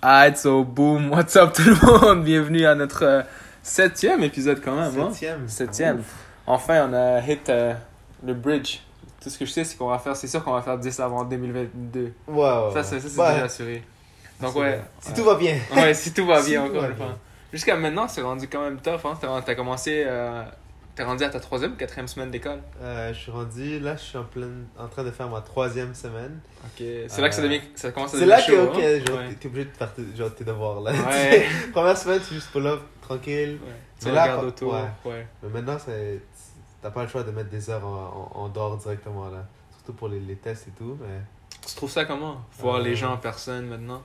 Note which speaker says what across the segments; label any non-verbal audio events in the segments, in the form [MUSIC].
Speaker 1: Alright, so boom, what's up tout le monde? Bienvenue à notre euh, septième épisode quand même. hein?
Speaker 2: Septième.
Speaker 1: Septième.
Speaker 2: Ouf.
Speaker 1: Enfin, on a hit euh, le bridge. Tout ce que je sais, c'est qu'on va faire, c'est sûr qu'on va faire 10 avant 2022.
Speaker 2: Ouais, ouais,
Speaker 1: Ça,
Speaker 2: ouais.
Speaker 1: c'est ça, c'est
Speaker 2: Ouais.
Speaker 1: déjà assuré. Donc
Speaker 2: C'est
Speaker 1: ouais.
Speaker 2: vrai. Si tout va bien.
Speaker 1: va Ouais, si tout va
Speaker 2: [LAUGHS] Si
Speaker 1: bien,
Speaker 2: tout
Speaker 1: encore
Speaker 2: va
Speaker 1: une
Speaker 2: bien.
Speaker 1: fois. Jusqu'à maintenant, c'est rendu quand même tough. Hein? T'as t'as commencé. euh, T'es rendu à ta troisième ou quatrième semaine d'école.
Speaker 2: Euh, je suis rendu, là, je suis en, pleine, en train de faire ma troisième semaine.
Speaker 1: Ok. C'est là que ça,
Speaker 2: Euh,
Speaker 1: devient, Ah, ça commence à
Speaker 2: C'est là
Speaker 1: devenir
Speaker 2: que,
Speaker 1: chaud.
Speaker 2: ok,
Speaker 1: hein?
Speaker 2: genre,
Speaker 1: Ouais.
Speaker 2: t'es- t'es obligé de faire tes, genre, tes devoirs, [LAUGHS] là.
Speaker 1: Ouais.
Speaker 2: Première semaine, c'est juste pour love, tranquille.
Speaker 1: Ouais.
Speaker 2: C'est
Speaker 1: Tu
Speaker 2: là
Speaker 1: regardes
Speaker 2: qu'on-
Speaker 1: autour.
Speaker 2: ouais.
Speaker 1: ouais.
Speaker 2: Mais maintenant, c'est- t'as pas le choix de mettre des heures en, en, en dehors directement, là. Surtout pour les, les tests et tout, mais...
Speaker 1: Tu trouves ça comment Voir
Speaker 2: Euh,
Speaker 1: les gens en personne maintenant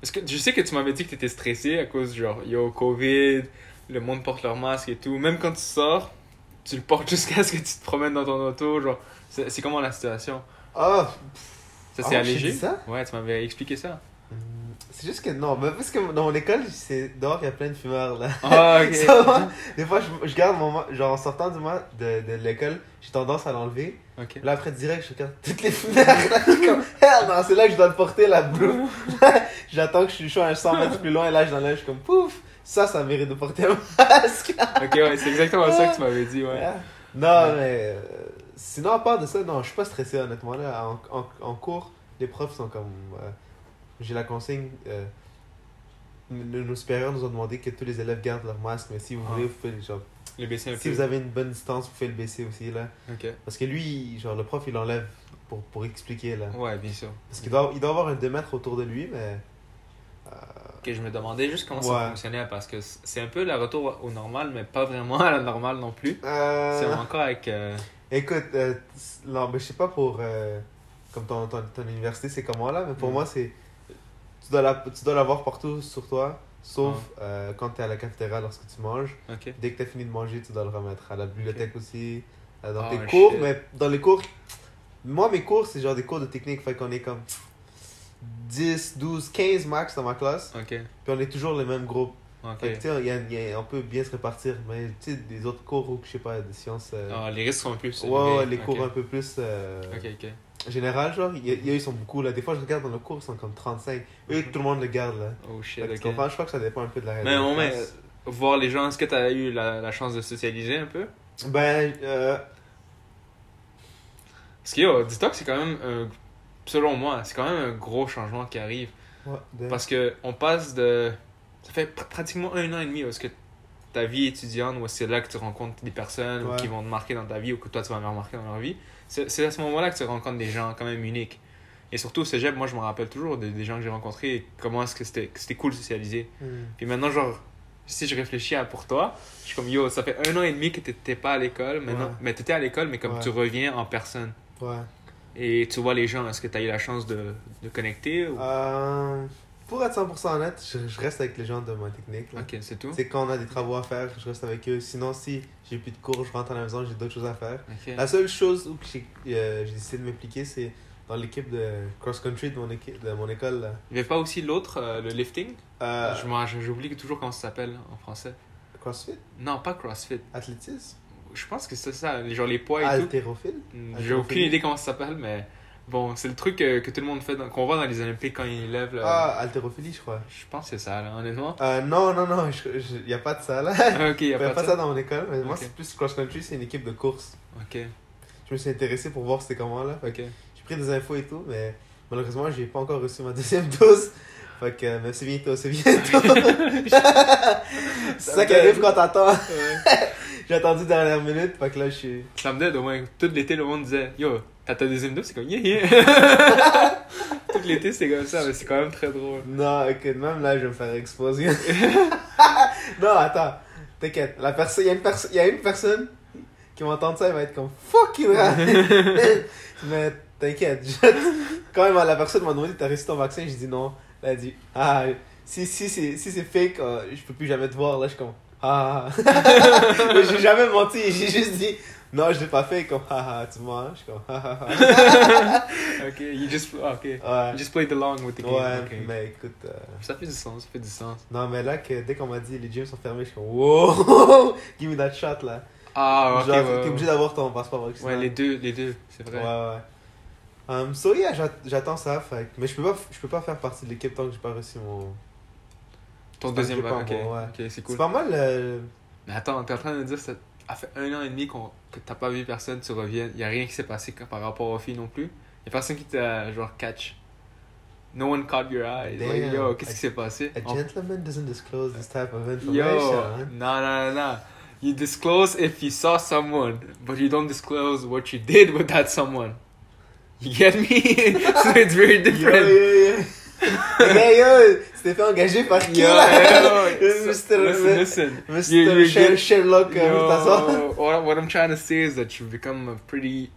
Speaker 1: Parce que je sais que tu m'avais dit que tu étais stressé à cause du genre, yo, Covid, le monde porte leur masque et tout. Même quand tu sors, tu le portes [LAUGHS] jusqu'à ce que tu te promènes dans ton auto. Genre, c'est c'est comment la situation
Speaker 2: Oh!
Speaker 1: Ça
Speaker 2: Ah,
Speaker 1: s'est
Speaker 2: je t'ai
Speaker 1: allégé
Speaker 2: dit ça
Speaker 1: Ouais, tu m'avais expliqué
Speaker 2: [LAUGHS]
Speaker 1: ça.
Speaker 2: Hum, C'est juste que non, mais parce que dans mon école, c'est dehors, il y a plein de fumeurs, là.
Speaker 1: Ah, ok.
Speaker 2: Ça va. Des fois, je, je garde mon... ma- Genre, en sortant du mois de, de l'école, j'ai tendance à l'enlever.
Speaker 1: Ok.
Speaker 2: Là, après, direct, je regarde toutes les [LAUGHS] fenêtres. Là, je suis comme, ah non, c'est là que je dois le porter, la blue. [LAUGHS] J'attends que je suis à 100 mètres plus loin, et là, je l'enlève, je suis comme, pouf, ça, ça mérite de porter un masque.
Speaker 1: Ok, ouais, c'est exactement ça que tu m'avais dit, ouais.
Speaker 2: [LAUGHS] Non, mais. euh, sinon, à part de ça, non, je suis pas stressé, honnêtement. Là, en, en, en cours, les profs sont comme. euh, J'ai la consigne. euh, nos, nos supérieurs nous ont demandé que tous les élèves gardent leur masque, mais si vous
Speaker 1: Ah.
Speaker 2: voulez, vous pouvez. Genre,
Speaker 1: Le baisser un
Speaker 2: si
Speaker 1: peu.
Speaker 2: vous avez une bonne distance, vous pouvez le baisser aussi, là.
Speaker 1: Ok.
Speaker 2: Parce que lui, genre, le prof, il enlève pour, pour expliquer, là.
Speaker 1: Ouais, bien sûr.
Speaker 2: Parce qu'il doit, il doit avoir un 2 mètres autour de lui, mais.
Speaker 1: Ok, je me demandais juste comment
Speaker 2: Ouais.
Speaker 1: ça fonctionnait parce que c'est un peu le retour au normal, mais pas vraiment [LAUGHS] à la normale non plus.
Speaker 2: Euh,
Speaker 1: C'est encore avec. euh,
Speaker 2: Écoute, euh, non, mais je sais pas pour. euh, comme ton, ton, ton université, c'est comment là, mais pour
Speaker 1: Mm.
Speaker 2: moi, c'est. Tu dois la- tu dois l'avoir partout sur toi, sauf euh, quand tu es à la cafétéria lorsque tu manges.
Speaker 1: Ok.
Speaker 2: Dès que tu as fini de manger, tu dois le remettre. À la bibliothèque aussi, euh, dans
Speaker 1: Oh,
Speaker 2: tes cours,
Speaker 1: shit.
Speaker 2: mais dans les cours. Moi, mes cours, c'est genre des cours de technique, fait qu'on est comme 10, 12, 15 max dans ma classe,
Speaker 1: Ok,
Speaker 2: puis on est toujours le même groupe.
Speaker 1: ok.
Speaker 2: Fait que, tu sais, il y a- il y a- on peut bien se répartir, mais tu sais, des autres cours où, je sais pas, des sciences. euh,
Speaker 1: Ah, les risques sont plus.
Speaker 2: Ouais, ouais,
Speaker 1: élevés.
Speaker 2: les cours un
Speaker 1: Ok,
Speaker 2: peu plus euh,
Speaker 1: ok. ok.
Speaker 2: général, genre, il y, a- il y a- ils sont beaucoup là. Des fois, je regarde dans le cours, ils sont comme 35. Eux,
Speaker 1: Mhm.
Speaker 2: tout le monde le garde là.
Speaker 1: Oh
Speaker 2: Fait
Speaker 1: shit,
Speaker 2: que tu
Speaker 1: ok.
Speaker 2: comprends? Je crois que ça dépend un peu de la
Speaker 1: Mais bon,
Speaker 2: de la
Speaker 1: mais
Speaker 2: classe.
Speaker 1: voir les gens, est-ce que t'as eu la, la chance de socialiser un peu
Speaker 2: Ben, euh,
Speaker 1: Parce que yo, dis-toi que c'est quand même, un- selon moi, c'est quand même un gros changement qui arrive.
Speaker 2: ouais, de-
Speaker 1: Parce que on passe de. Ça fait pr- pratiquement un an et demi où est-ce que ta vie étudiante, où c'est là que tu rencontres des personnes ou
Speaker 2: Ouais.
Speaker 1: qui vont te marquer dans ta vie ou que toi tu vas remarquer dans leur vie. C'est c'est à ce moment-là que tu rencontres des gens quand même uniques. Et surtout au cégep, moi je me rappelle toujours de- des gens que j'ai rencontrés et comment est-ce que c'était que c'était cool de socialiser.
Speaker 2: Hmm.
Speaker 1: Puis maintenant, genre, si je réfléchis à pour toi, je suis comme yo, ça fait un an et demi que t'étais pas à l'école, maintenant,
Speaker 2: Ouais.
Speaker 1: mais t'étais à l'école, mais comme
Speaker 2: Ouais.
Speaker 1: tu reviens en personne
Speaker 2: Ouais.
Speaker 1: et tu vois les gens, est-ce que t'as eu la chance de, de connecter ou...
Speaker 2: Euh, pour être 100% honnête, je, je reste avec les gens de ma technique. là.
Speaker 1: Ok, c'est tout.
Speaker 2: C'est quand on a des travaux à faire, je reste avec eux. Sinon, si j'ai plus de cours, je rentre à la maison, j'ai d'autres choses à faire.
Speaker 1: Ok.
Speaker 2: La seule chose où que j'ai euh, j'ai décidé de m'impliquer, c'est dans l'équipe de cross-country de mon, équipe, de mon école. là.
Speaker 1: Il n'y avait pas aussi l'autre, euh, le lifting
Speaker 2: Euh,
Speaker 1: Ah, Je m'en- je- J'oublie toujours comment ça s'appelle en français.
Speaker 2: CrossFit
Speaker 1: Non, pas CrossFit.
Speaker 2: Athlétisme
Speaker 1: Je pense que c'est ça, les- genre les poids et
Speaker 2: Ah, Haltérophile
Speaker 1: tout. J'ai aucune idée comment ça s'appelle, mais bon, c'est le truc euh, que, que tout le monde fait, dans- qu'on voit dans les Olympiques quand ils lèvent. là.
Speaker 2: Ah, haltérophilie, je crois.
Speaker 1: Je pense que c'est ça, là,
Speaker 2: [LAUGHS]
Speaker 1: honnêtement.
Speaker 2: Euh, non, non, non, il n'y a pas de ça là. [LAUGHS]
Speaker 1: Ah, ok, il n'y
Speaker 2: Il
Speaker 1: a
Speaker 2: n'y a, pas
Speaker 1: de
Speaker 2: ça dans mon école. Mais Moi,
Speaker 1: Ok.
Speaker 2: c'est plus cross-country, c'est une équipe de course.
Speaker 1: Ok,
Speaker 2: Je me suis intéressé pour voir c'était comment là. Fait que
Speaker 1: ok.
Speaker 2: J'ai pris des infos et tout, mais malheureusement, j'ai pas encore reçu ma deuxième [LAUGHS] dose. Fait que, euh, mais c'est bientôt, c'est bientôt. c'est ça qui arrive quand t'attends. J'ai attendu dernière minute, fait que là, je suis.
Speaker 1: Ça me dead au moins. Tout l'été, le monde disait Yo, t'as ta deuxième dose C'est comme Yeah, yeah.
Speaker 2: [LAUGHS]
Speaker 1: Tout l'été, c'est comme ça, mais c'est quand même très drôle.
Speaker 2: Non, ok, même là, je vais me faire
Speaker 1: [LAUGHS]
Speaker 2: exploser. non, attends, t'inquiète. La personne, il y a une personne, il y a une personne qui va entendre ça, elle va être comme
Speaker 1: [LAUGHS]
Speaker 2: fucking rare. Mais t'inquiète, je- quand même, la personne m'a demandé t'as reçu ton vaccin, j'ai dit non. Elle a dit ah, si si c'est si c'est fake, euh, je peux plus jamais te voir. Là, je suis comme ah.
Speaker 1: [LAUGHS]
Speaker 2: Mais j'ai jamais menti, j'ai juste dit non, je l'ai pas fait. Comme ah, ah, tu mens. Je suis comme ah, ah,
Speaker 1: Ok, you just, ah, ok. You
Speaker 2: ah. Ouais.
Speaker 1: just played along with the game.
Speaker 2: Ouais,
Speaker 1: ok.
Speaker 2: mais écoute. euh,
Speaker 1: Ça fait du sens, ça fait du sens.
Speaker 2: Non, mais là, que dès qu'on m'a dit les gyms sont fermés, je suis comme wow, [LAUGHS] give me that shot là.
Speaker 1: Ah, ok,
Speaker 2: Genre,
Speaker 1: ouais,
Speaker 2: t'es
Speaker 1: ouais.
Speaker 2: obligé d'avoir ton passeport vaccinal.
Speaker 1: Ouais, les deux, les deux, c'est vrai.
Speaker 2: Ouais, ouais. Um, so yeah, j'at- j'attends ça. fait que- Mais je peux pas, je peux pas faire partie de l'équipe tant que j'ai pas reçu mon.
Speaker 1: Ton
Speaker 2: C'est
Speaker 1: deuxième
Speaker 2: un
Speaker 1: bac,
Speaker 2: grippin,
Speaker 1: ok.
Speaker 2: bon, ouais.
Speaker 1: Ok, c'est
Speaker 2: C'est
Speaker 1: cool.
Speaker 2: pas mal. euh,
Speaker 1: Mais attends, t'es en train de me dire que ça a fait un an et demi qu'on que t'as pas vu personne, tu reviens. Y a rien qui s'est passé que- par rapport aux filles non plus. Y a personne qui t'a, genre, catch. No one caught your eye. Like,
Speaker 2: Damn.
Speaker 1: yo, qu'est-ce qui s'est passé?
Speaker 2: A
Speaker 1: On-
Speaker 2: gentleman doesn't disclose this type of
Speaker 1: Yo,
Speaker 2: information. hein.
Speaker 1: no, no, no, no. You disclose if you saw someone, but you don't disclose what you did with that someone. You get me? [LAUGHS] so it's very
Speaker 2: Yo, yo,
Speaker 1: different.
Speaker 2: yo. [LAUGHS] Mais yo, c'était fait engager par qui [LAUGHS] là?
Speaker 1: Yo, yo,
Speaker 2: Mr.
Speaker 1: listen, listen.
Speaker 2: Mr.
Speaker 1: You- you
Speaker 2: Sher-
Speaker 1: get-
Speaker 2: Sherlock, euh, Mustasa. [LAUGHS]
Speaker 1: Yo, what, what I'm trying to say is that you've become a pretty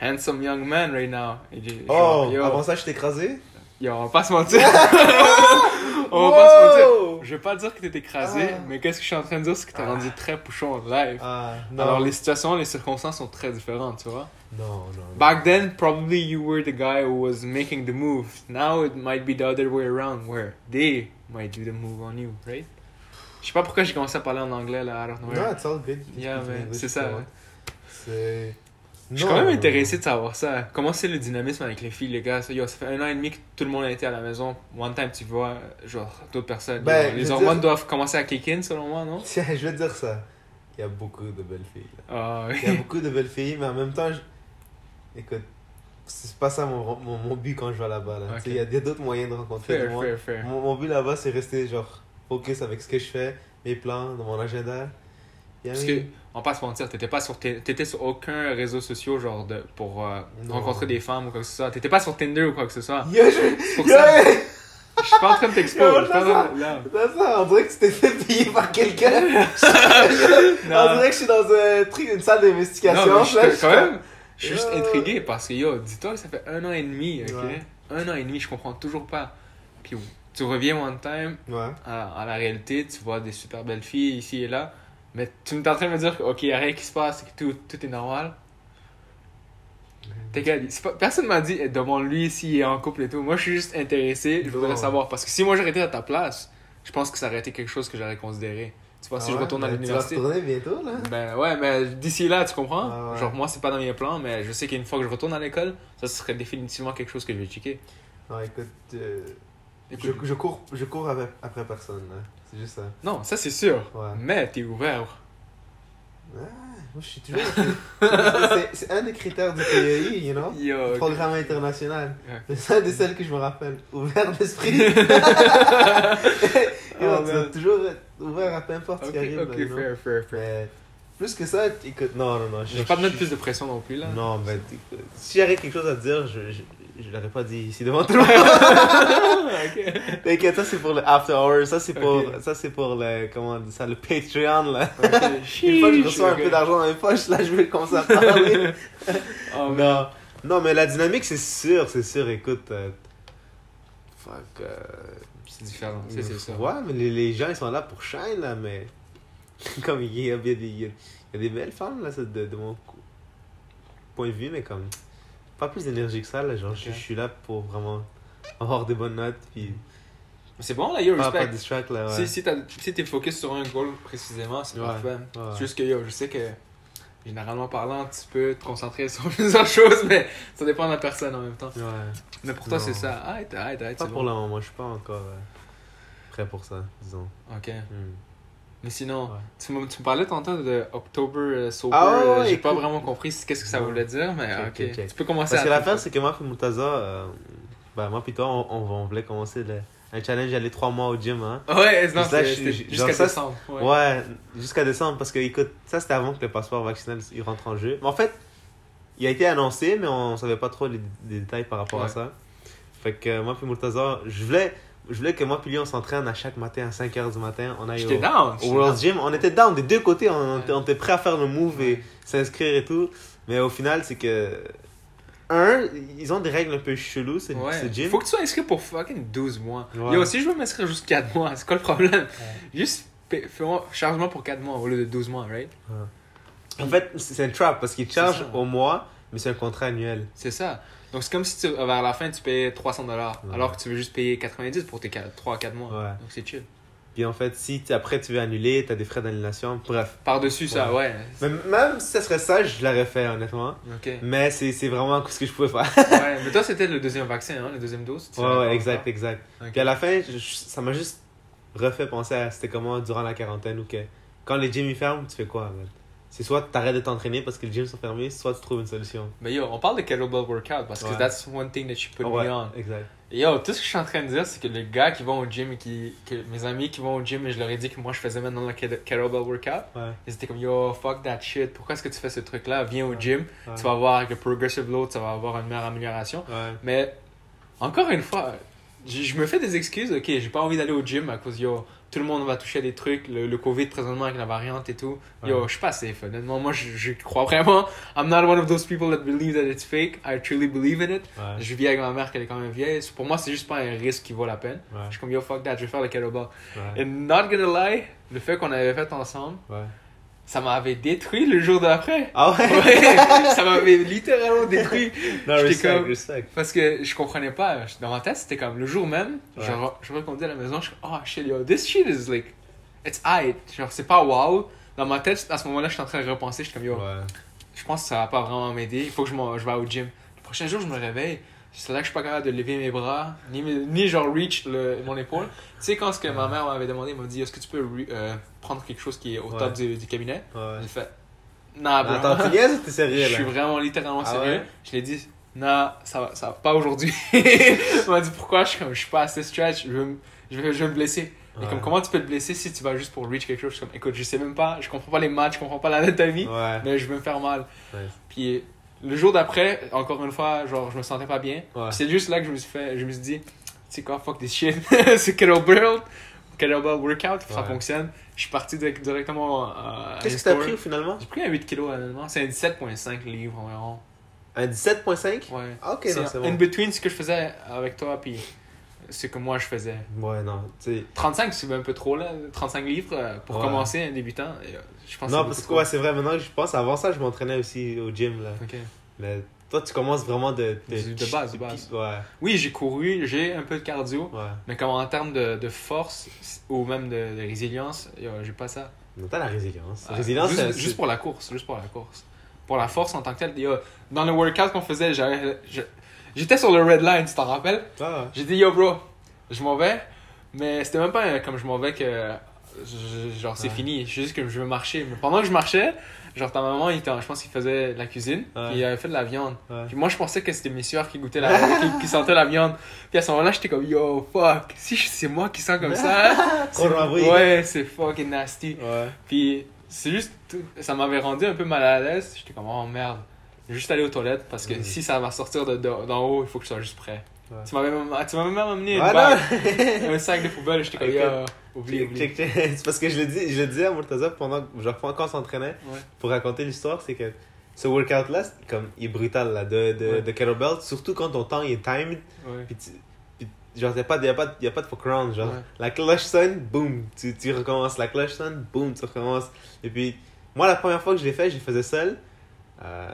Speaker 1: handsome young man right now. Et j'ai-
Speaker 2: Oh,
Speaker 1: yo,
Speaker 2: avant ça, je t'ai écrasé.
Speaker 1: yo, on va pas se mentir.
Speaker 2: [LAUGHS]
Speaker 1: [LAUGHS] Oh, on va pas se mentir.
Speaker 2: Wow!
Speaker 1: Je veux pas dire que t'es écrasé,
Speaker 2: Ah.
Speaker 1: mais qu'est-ce que je suis en train de dire, c'est que t'as
Speaker 2: Ah.
Speaker 1: rendu très pouchon en live.
Speaker 2: Ah, non.
Speaker 1: Alors les situations, les circonstances sont très différentes, tu vois.
Speaker 2: Non, non. non.
Speaker 1: Back then, probably you were the guy who was making the move. Now it might be the other way around, where they might do the move on you, right? Je sais pas pourquoi j'ai commencé à parler en anglais là, I don't know.
Speaker 2: Non, it's all good.
Speaker 1: Yeah,
Speaker 2: Speak in
Speaker 1: man,
Speaker 2: English,
Speaker 1: c'est ça,
Speaker 2: tu vois.
Speaker 1: ouais.
Speaker 2: C'est.
Speaker 1: Je suis
Speaker 2: Non.
Speaker 1: quand même
Speaker 2: [LAUGHS]
Speaker 1: intéressé de savoir ça. Comment c'est le dynamisme avec les filles, les gars? Ça, yo, ça fait un an et demi que tout le monde a été à la maison. One time, tu vois, genre, d'autres personnes.
Speaker 2: Ben,
Speaker 1: Genre,
Speaker 2: je
Speaker 1: les
Speaker 2: veux
Speaker 1: hormones
Speaker 2: dire-
Speaker 1: doivent commencer à kick in, selon moi, non?
Speaker 2: Tiens, je vais te dire ça. Il y a beaucoup de belles filles. là.
Speaker 1: Ah,
Speaker 2: [LAUGHS] Il y a
Speaker 1: oui.
Speaker 2: beaucoup de belles filles, mais en même temps, je- écoute, c'est pas ça mon, mon, mon but quand je vais là-bas. Là.
Speaker 1: Ok.
Speaker 2: Tu sais, Il y a des- d'autres moyens de rencontrer
Speaker 1: Fair,
Speaker 2: du monde.
Speaker 1: fair, fair.
Speaker 2: Mon, mon but là-bas, c'est rester genre focus avec ce que je fais, mes plans, dans mon agenda. Il y a
Speaker 1: Parce que,
Speaker 2: même- [LAUGHS]
Speaker 1: on va pas se mentir, t'étais pas sur, t'é- t'étais sur aucun réseau social, genre, de, pour euh,
Speaker 2: Non.
Speaker 1: rencontrer des femmes ou quoi que ce soit. T'étais pas sur Tinder ou quoi que ce
Speaker 2: [LAUGHS]
Speaker 1: soit.
Speaker 2: Yo, je...
Speaker 1: C'est pour
Speaker 2: Yo,
Speaker 1: ça.
Speaker 2: hey,
Speaker 1: Je suis pas en train de t'exposer.
Speaker 2: Yo,
Speaker 1: Je suis pas
Speaker 2: [LAUGHS]
Speaker 1: en train de- là.
Speaker 2: Ah, c'est ça, on dirait que tu t'es fait payer
Speaker 1: [LAUGHS]
Speaker 2: par quelqu'un. On
Speaker 1: Non.
Speaker 2: dirait que je suis dans un truc, une salle d'investigation.
Speaker 1: Non, mais je
Speaker 2: là,
Speaker 1: te- quand même, je suis
Speaker 2: Yo.
Speaker 1: juste intrigué parce que yo, dis-toi que ça fait un an et demi, ok?
Speaker 2: Ouais.
Speaker 1: Un an et demi, je comprends toujours pas. Puis tu reviens one time
Speaker 2: Ouais.
Speaker 1: à, à la réalité, tu vois des super belles filles ici et là, mais tu es en train de me dire que, ok, y a rien qui se passe, que tout, tout est normal. T'es gars, c'est pas- personne m'a dit, eh, demande-lui s'il est en couple et tout. Moi, je suis juste intéressé, je voudrais
Speaker 2: Non.
Speaker 1: savoir. Parce que si moi j'aurais été à ta place, je pense que ça aurait été quelque chose que j'aurais considéré. Tu vois, Bah, si je retourne à l'université.
Speaker 2: Ah Ben, Tu vas retourner bientôt, là?
Speaker 1: Ben ouais, mais d'ici là, tu comprends?
Speaker 2: Ah ouais.
Speaker 1: Genre, moi, c'est pas dans mes plans, mais je sais qu'une fois que je retourne à l'école, ça ce serait définitivement quelque chose que je vais checker.
Speaker 2: Non, écoute, euh, je,
Speaker 1: Écoute,
Speaker 2: je cours, je cours avec- après personne, là. C'est juste ça.
Speaker 1: Non, ça c'est sûr,
Speaker 2: Ouais.
Speaker 1: mais t'es ouvert.
Speaker 2: Moi, je suis toujours. [LAUGHS] c'est- c'est un des critères du PEI, you know?
Speaker 1: Yo,
Speaker 2: Programme international.
Speaker 1: Ah, Ouais.
Speaker 2: C'est un des seuls que je me rappelle. Ouvert
Speaker 1: [LAUGHS]
Speaker 2: d'esprit. Yo,
Speaker 1: Oh,
Speaker 2: [LAUGHS] tu
Speaker 1: man.
Speaker 2: dois toujours être ouvert à peu importe
Speaker 1: ok,
Speaker 2: ce qui arrive.
Speaker 1: ok,
Speaker 2: là, you know?
Speaker 1: fair, fair, fair.
Speaker 2: Mais plus que ça, écoute, non, non, non.
Speaker 1: Je vais pas te mettre plus de pression non plus là.
Speaker 2: Non, mais écoute, si j'avais quelque chose à dire, je, je, je l'aurais pas dit ici devant tout [LAUGHS] le monde.
Speaker 1: [LAUGHS] ok.
Speaker 2: [LAUGHS] T'inquiète, ça c'est pour le after hour, ça c'est pour,
Speaker 1: Ok.
Speaker 2: ça c'est pour le, comment on dit ça, le Patreon
Speaker 1: [LAUGHS]
Speaker 2: là. Une
Speaker 1: Une
Speaker 2: fois que je reçois un peu d'argent dans mes poches, là je vais commencer à parler.
Speaker 1: [LAUGHS] Oh, mais-
Speaker 2: non. non, mais la dynamique c'est sûr, c'est sûr, écoute. euh, fuck. euh,
Speaker 1: C'est différent, ça, c'est sûr.
Speaker 2: Ouais, mais les, les gens ils sont là pour shine là, mais. [LAUGHS] comme il y a, il y a des, il y a- il y a des belles femmes là, c'est de, de mon cou- point de vue, mais comme. Pas plus d'énergie que ça là, genre je,
Speaker 1: Ok.
Speaker 2: je suis là pour vraiment avoir des bonnes notes, puis.
Speaker 1: C'est bon là, yo,
Speaker 2: Pas, pas
Speaker 1: respect.
Speaker 2: distract là, ouais.
Speaker 1: Si, si, t'as- si t'es focus sur un goal précisément, c'est
Speaker 2: Ouais.
Speaker 1: parfait.
Speaker 2: Ouais.
Speaker 1: C'est juste que yo, je sais que généralement parlant, tu peux te concentrer [LAUGHS] sur plusieurs choses, mais ça dépend de la personne en même temps.
Speaker 2: Ouais.
Speaker 1: Mais pour toi,
Speaker 2: Non.
Speaker 1: c'est ça. Arrête, arrête, arrête.
Speaker 2: Pas
Speaker 1: C'est
Speaker 2: pour
Speaker 1: bon.
Speaker 2: le moment, je suis pas encore euh, prêt pour ça, disons.
Speaker 1: Ok.
Speaker 2: Hmm.
Speaker 1: Mais sinon,
Speaker 2: Ouais.
Speaker 1: tu, me, tu me parlais tantôt de October euh, Sober.
Speaker 2: Ah ouais,
Speaker 1: euh,
Speaker 2: ouais,
Speaker 1: J'ai pas
Speaker 2: écoute.
Speaker 1: vraiment compris ce- qu'est-ce que ça
Speaker 2: Non.
Speaker 1: voulait dire, mais
Speaker 2: Check,
Speaker 1: ok.
Speaker 2: check, check.
Speaker 1: Tu peux commencer
Speaker 2: Parce que
Speaker 1: à.
Speaker 2: l'affaire, c'est que moi et Mutaza, euh, bah, moi puis toi, on, on, on voulait commencer le- un challenge aller trois mois au gym, hein.
Speaker 1: Ouais, non,
Speaker 2: Parce que là,
Speaker 1: c'est-
Speaker 2: je-
Speaker 1: c'était
Speaker 2: je-
Speaker 1: jusqu'à
Speaker 2: genre ça,
Speaker 1: décembre. Ouais.
Speaker 2: Ouais, jusqu'à décembre, parce que, écoute, ça c'était avant que le passeport vaccinal il rentre en jeu. Mais en fait, il a été annoncé, mais on savait pas trop les, les détails par rapport à
Speaker 1: Ouais.
Speaker 2: ça. Fait que euh, moi puis Mutaza, je voulais, je voulais que moi puis lui, on s'entraîne à chaque matin à 5h du matin. On aille
Speaker 1: J'étais
Speaker 2: au,
Speaker 1: down.
Speaker 2: au
Speaker 1: j'étais
Speaker 2: World
Speaker 1: down.
Speaker 2: Gym. On était down des deux côtés, on, on était-
Speaker 1: Ouais.
Speaker 2: on était prêt à faire le move et
Speaker 1: Ouais.
Speaker 2: s'inscrire et tout. Mais au final, c'est que. Un, ils ont des règles un peu cheloues, ce, ce
Speaker 1: Ouais.
Speaker 2: gym.
Speaker 1: Faut que tu sois inscrit pour fucking 12 mois.
Speaker 2: Ouais.
Speaker 1: Yo, si je veux m'inscrire juste 4 mois, [LAUGHS] c'est quoi le problème? Juste paie- fais-moi- charge-moi pour 4 mois au lieu de 12 mois, right?
Speaker 2: En fait, c'est c'est un trap parce qu'ils chargent
Speaker 1: C'est ça.
Speaker 2: au mois, mais c'est un contrat annuel.
Speaker 1: C'est ça. Donc c'est comme si tu, vers la fin tu payais 300 dollars
Speaker 2: Ouais.
Speaker 1: alors que tu veux juste payer 90 pour tes 3 4 mois.
Speaker 2: Ouais.
Speaker 1: Donc c'est chill.
Speaker 2: Puis en fait, si t- après tu veux annuler, t'as des frais d'annulation. Bref.
Speaker 1: Par-dessus ça, ouais.
Speaker 2: Mais même si ça serait ça, je l'aurais fait, honnêtement.
Speaker 1: Ok. ouais,
Speaker 2: Mais c'est c'est vraiment ce que je pouvais faire.
Speaker 1: [LAUGHS] mais toi, c'était le deuxième vaccin, hein, la deuxième dose. tu
Speaker 2: Ouais,
Speaker 1: savais pas
Speaker 2: ouais, exact,
Speaker 1: encore.
Speaker 2: exact.
Speaker 1: Ok.
Speaker 2: Puis à la fin, je- je- ça m'a juste refait penser à c'était comment durant la quarantaine ou que quand les gyms ils ferment, tu fais quoi man? C'est soit t'arrêtes de t'entraîner parce que les gyms sont fermés, soit tu trouves une solution.
Speaker 1: Mais yo, on parle de kettlebell workout parce que
Speaker 2: Ouais.
Speaker 1: that's one thing that you put
Speaker 2: Ouais,
Speaker 1: me on.
Speaker 2: exact.
Speaker 1: Et Yo, tout ce que je suis en train de dire, c'est que les gars qui vont au gym, et qui, que mes amis qui vont au gym et je leur ai dit que moi je faisais maintenant le kettle- kettlebell workout,
Speaker 2: Ouais.
Speaker 1: ils étaient comme yo, fuck that shit, pourquoi est-ce que tu fais ce truc là Viens au gym,
Speaker 2: ouais,
Speaker 1: tu vas voir avec le progressive load, ça va avoir une meilleure amélioration.
Speaker 2: Ouais.
Speaker 1: Mais encore une fois, je, je me fais des excuses, ok, j'ai pas envie d'aller au gym à cause yo, tout le monde va toucher à des trucs, le, le Covid présentement avec la variante et tout. Yo,
Speaker 2: Ouais.
Speaker 1: je suis pas safe, honnêtement, moi je, je crois vraiment. I'm not one of those people that believe that it's fake, I truly believe in it.
Speaker 2: Ouais.
Speaker 1: Je vis avec ma mère, qu'elle est quand même vieille. C'est- Pour moi, c'est juste pas un risque qui vaut la peine.
Speaker 2: Ouais.
Speaker 1: Je suis comme yo, fuck that, je vais faire le kettlebell.
Speaker 2: Ouais.
Speaker 1: And not gonna lie, le fait qu'on avait fait ensemble,
Speaker 2: ouais.
Speaker 1: ça m'avait détruit le jour d'après.
Speaker 2: [LAUGHS] Ah ouais?
Speaker 1: Ouais, ça m'avait littéralement détruit.
Speaker 2: Non,
Speaker 1: J'étais
Speaker 2: respect,
Speaker 1: comme-
Speaker 2: respect.
Speaker 1: Parce que je comprenais pas. Dans ma tête, c'était comme le jour même,
Speaker 2: Ouais.
Speaker 1: genre, je me conduis à la maison, je suis comme, oh shit, yo, this shit is like, it's aight. Genre, c'est pas wow. Dans ma tête, à ce moment-là, je suis en train de repenser, je suis comme yo,
Speaker 2: Ouais.
Speaker 1: je pense que ça va pas vraiment m'aider. Il faut que je, m'en- je vais au gym. Le prochain jour, je me réveille. C'est là que je suis pas capable de lever mes bras, ni, me- ni genre reach le- mon épaule. Tu sais, quand ce que ma mère m'avait demandé, elle m'a dit Est-ce que tu peux re- euh, prendre quelque chose qui est au
Speaker 2: Ouais.
Speaker 1: top du, du cabinet
Speaker 2: Ouais.
Speaker 1: J'ai fait Nah, Ah, bro.
Speaker 2: Attends, tu niaises ou t'es
Speaker 1: je
Speaker 2: sérieux là?
Speaker 1: suis vraiment littéralement
Speaker 2: Ah
Speaker 1: sérieux.
Speaker 2: ouais?
Speaker 1: Je lui ai dit Nah, ça, va- ça va pas aujourd'hui. [LAUGHS] elle m'a dit Pourquoi Je suis comme Je suis pas assez stretch, je vais me, je vais- je vais me blesser. Et
Speaker 2: Ouais.
Speaker 1: comme comment tu peux te blesser si tu vas juste pour reach quelque chose Je suis comme Écoute, je sais même pas, je comprends pas les maths, je comprends pas l'anatomie,
Speaker 2: Ouais.
Speaker 1: mais je vais me faire mal.
Speaker 2: Ouais.
Speaker 1: Puis le jour d'après, encore une fois, genre, je me sentais pas bien.
Speaker 2: Ouais.
Speaker 1: Puis C'est juste là que je me suis fait, je me suis dit, tu sais quoi, fuck this shit, [LAUGHS] c'est kettlebell, kettlebell workout, ça
Speaker 2: Ouais.
Speaker 1: fonctionne. Je suis parti direct- directement euh, à à
Speaker 2: Qu'est-ce que
Speaker 1: l'in-store.
Speaker 2: t'as pris finalement?
Speaker 1: J'ai pris un 8 kg honnêtement, c'est un 17.5 livres environ.
Speaker 2: Un 17.5?
Speaker 1: Ouais.
Speaker 2: Ah, ok,
Speaker 1: c'est
Speaker 2: non, c'est
Speaker 1: in
Speaker 2: bon.
Speaker 1: between ce que je faisais avec toi puis ce que moi je faisais.
Speaker 2: Ouais, non, tu sais.
Speaker 1: 35 c'est un peu trop là, 35 livres euh, pour
Speaker 2: Ouais.
Speaker 1: commencer un débutant, euh, je pense
Speaker 2: Non,
Speaker 1: que
Speaker 2: parce
Speaker 1: c'est
Speaker 2: que
Speaker 1: beaucoup
Speaker 2: ouais, c'est vrai, maintenant que je pense, avant ça, je m'entraînais aussi au gym là.
Speaker 1: trop. Ok.
Speaker 2: Mais toi, tu commences vraiment de.
Speaker 1: Du- de base, de
Speaker 2: pi-
Speaker 1: base.
Speaker 2: Ouais,
Speaker 1: Oui, j'ai couru, j'ai un peu de cardio.
Speaker 2: ouais.
Speaker 1: Mais comme en termes de, de force ou même de, de résilience, yo, j'ai pas ça.
Speaker 2: Donc, t'as la résilience.
Speaker 1: Ah,
Speaker 2: résilience,
Speaker 1: juste,
Speaker 2: c'est-
Speaker 1: juste
Speaker 2: c'est-
Speaker 1: pour la course, juste pour la course. Pour la force en tant que telle, yo, dans le workout qu'on faisait, j'avais- je- j'étais sur le red line, tu t'en rappelles
Speaker 2: Ah,
Speaker 1: J'ai dit yo bro, je m'en vais, mais c'était même pas euh, comme je m'en vais que je- je- genre c'est
Speaker 2: Ouais.
Speaker 1: fini, c'est juste que je veux marcher. Mais pendant que je marchais, genre ta maman, il était en- je pense qu'il faisait la cuisine,
Speaker 2: Ouais.
Speaker 1: puis il avait fait de la viande.
Speaker 2: ouais.
Speaker 1: Puis moi, je pensais que c'était mes sueurs qui goûtaient la [LAUGHS] qui, qui sentaient la viande. Puis à ce moment-là, j'étais comme yo, fuck. Si je- c'est moi qui sens comme
Speaker 2: [LAUGHS]
Speaker 1: ça, c'est-
Speaker 2: Trop l'envoyer.
Speaker 1: ouais, c'est fucking nasty.
Speaker 2: Ouais.
Speaker 1: Puis c'est juste, tout- ça m'avait rendu un peu mal à l'aise. J'étais comme oh merde. Je vais Juste aller aux toilettes parce que
Speaker 2: Mm.
Speaker 1: si ça va sortir de- de- d'en haut, il faut que je sois juste prêt.
Speaker 2: Ouais.
Speaker 1: Tu m'avais même, tu m'avais même amené une
Speaker 2: Ah,
Speaker 1: bague,
Speaker 2: non! Ah,
Speaker 1: un sac de poubelle. J'étais comme
Speaker 2: Écoute,
Speaker 1: yo, bah,
Speaker 2: [LAUGHS]
Speaker 1: oublie,
Speaker 2: Check,
Speaker 1: oublie.
Speaker 2: check, check. C'est parce que je le dis, je le disais à Murtaza pendant que genre quand on s'entraînait
Speaker 1: Ouais.
Speaker 2: pour raconter l'histoire, c'est que ce workout là, comme il est brutal là de, de,
Speaker 1: Ouais.
Speaker 2: de kettlebell, surtout quand ton temps il est timed,
Speaker 1: Ouais.
Speaker 2: puis, tu, puis genre y'a pas de- y a pas de- y a pas de fuck round, genre
Speaker 1: Ouais.
Speaker 2: la cloche sonne, boum, tu, tu recommences, la cloche sonne, boum, tu recommences. Et puis moi la première fois que je l'ai fait, je le faisais seul. Euh,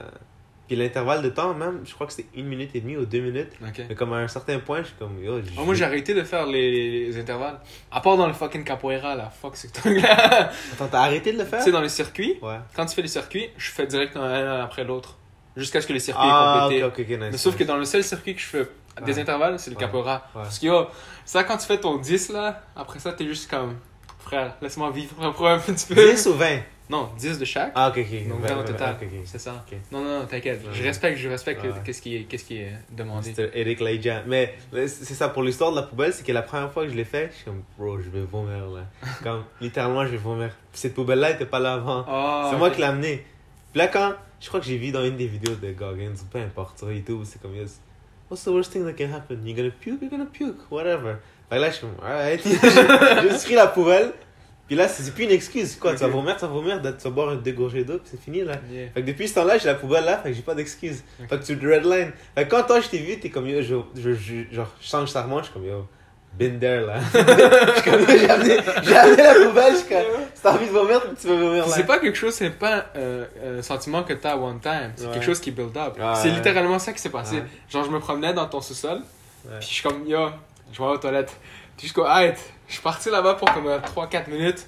Speaker 2: puis l'intervalle de temps même, je crois que c'était une minute et demie ou deux minutes.
Speaker 1: Ok.
Speaker 2: Mais comme à un certain point, je suis comme yo.
Speaker 1: Ah, moi j'ai arrêté de faire les, les intervalles. À part dans le fucking capoeira là, fuck ce [LAUGHS] truc là.
Speaker 2: Attends, t'as arrêté de le
Speaker 1: tu
Speaker 2: faire?
Speaker 1: sais, dans les circuits,
Speaker 2: Ouais.
Speaker 1: quand tu fais les circuits, je fais direct un, un après l'autre. Jusqu'à ce que les circuits
Speaker 2: Ah,
Speaker 1: aient complété.
Speaker 2: ok, ok, ok, nice.
Speaker 1: Mais sauf
Speaker 2: nice.
Speaker 1: que dans le seul circuit que je fais des
Speaker 2: Ouais.
Speaker 1: intervalles, c'est le
Speaker 2: Ouais.
Speaker 1: capoeira. Parce que yo, ça quand tu fais ton 10 là, après ça t'es juste comme frère, laisse-moi vivre [LAUGHS] pour un petit peu.
Speaker 2: 10 ou 20
Speaker 1: Non, 10 de chaque.
Speaker 2: Ah, ok, ok.
Speaker 1: Donc,
Speaker 2: Vingt,
Speaker 1: vingt au
Speaker 2: vingt, Ah,
Speaker 1: total.
Speaker 2: ok, ok.
Speaker 1: C'est ça.
Speaker 2: Ok.
Speaker 1: Non, non, non, t'inquiète. Je
Speaker 2: Ouais.
Speaker 1: respecte, je respecte
Speaker 2: Ouais.
Speaker 1: qu'est-ce qui est, qu'est-ce qui est demandé.
Speaker 2: C'était Eric Laidja. Mais mais c'est ça pour l'histoire de la poubelle, c'est que la première fois que je l'ai fait, je suis comme, bro, je vais vomir
Speaker 1: [LAUGHS]
Speaker 2: là. comme, littéralement, je vais vomir. Puis cette poubelle là, était pas là avant.
Speaker 1: Ah,
Speaker 2: c'est moi
Speaker 1: ok.
Speaker 2: qui l'ai amenée. Puis là, quand, je crois que j'ai vu dans une des vidéos de Goggins, ou peu importe, sur YouTube, c'est comme, yes, what's the worst thing that can happen? You're gonna puke, you're gonna puke, whatever. Fait que là, je suis comme, alright. [LAUGHS] j'ai juste pris la poubelle. Puis là, c'est c'est plus une excuse, quoi. Tu vas
Speaker 1: Ok.
Speaker 2: vomir, tu vas vomir, tu vas boire un dégorgé d'eau, puis c'est fini là.
Speaker 1: Yeah.
Speaker 2: Fait que depuis ce temps-là, j'ai la poubelle là, fait que j'ai pas d'excuse. Fait que tu le redline. Fait que quand toi, je t'ai vu, t'es comme yo, je, je, je- genre, je change sa remonte, je suis comme yo, been there là. [LAUGHS] je suis comme yo, j'ai amené, j'ai amené la poubelle, je suis comme, si t'as envie de vomir, tu vas vomir là.
Speaker 1: C'est pas quelque chose, c'est pas euh, un sentiment que t'as one time, c'est
Speaker 2: Ouais.
Speaker 1: quelque chose qui build up.
Speaker 2: Ouais.
Speaker 1: C'est littéralement ça qui s'est passé.
Speaker 2: Ouais.
Speaker 1: Genre, je me promenais dans ton sous-sol,
Speaker 2: Ouais.
Speaker 1: puis je suis comme, yo, je vais aux toilettes. Puis jusqu'au height, je suis parti là-bas pour comme 3-4 minutes.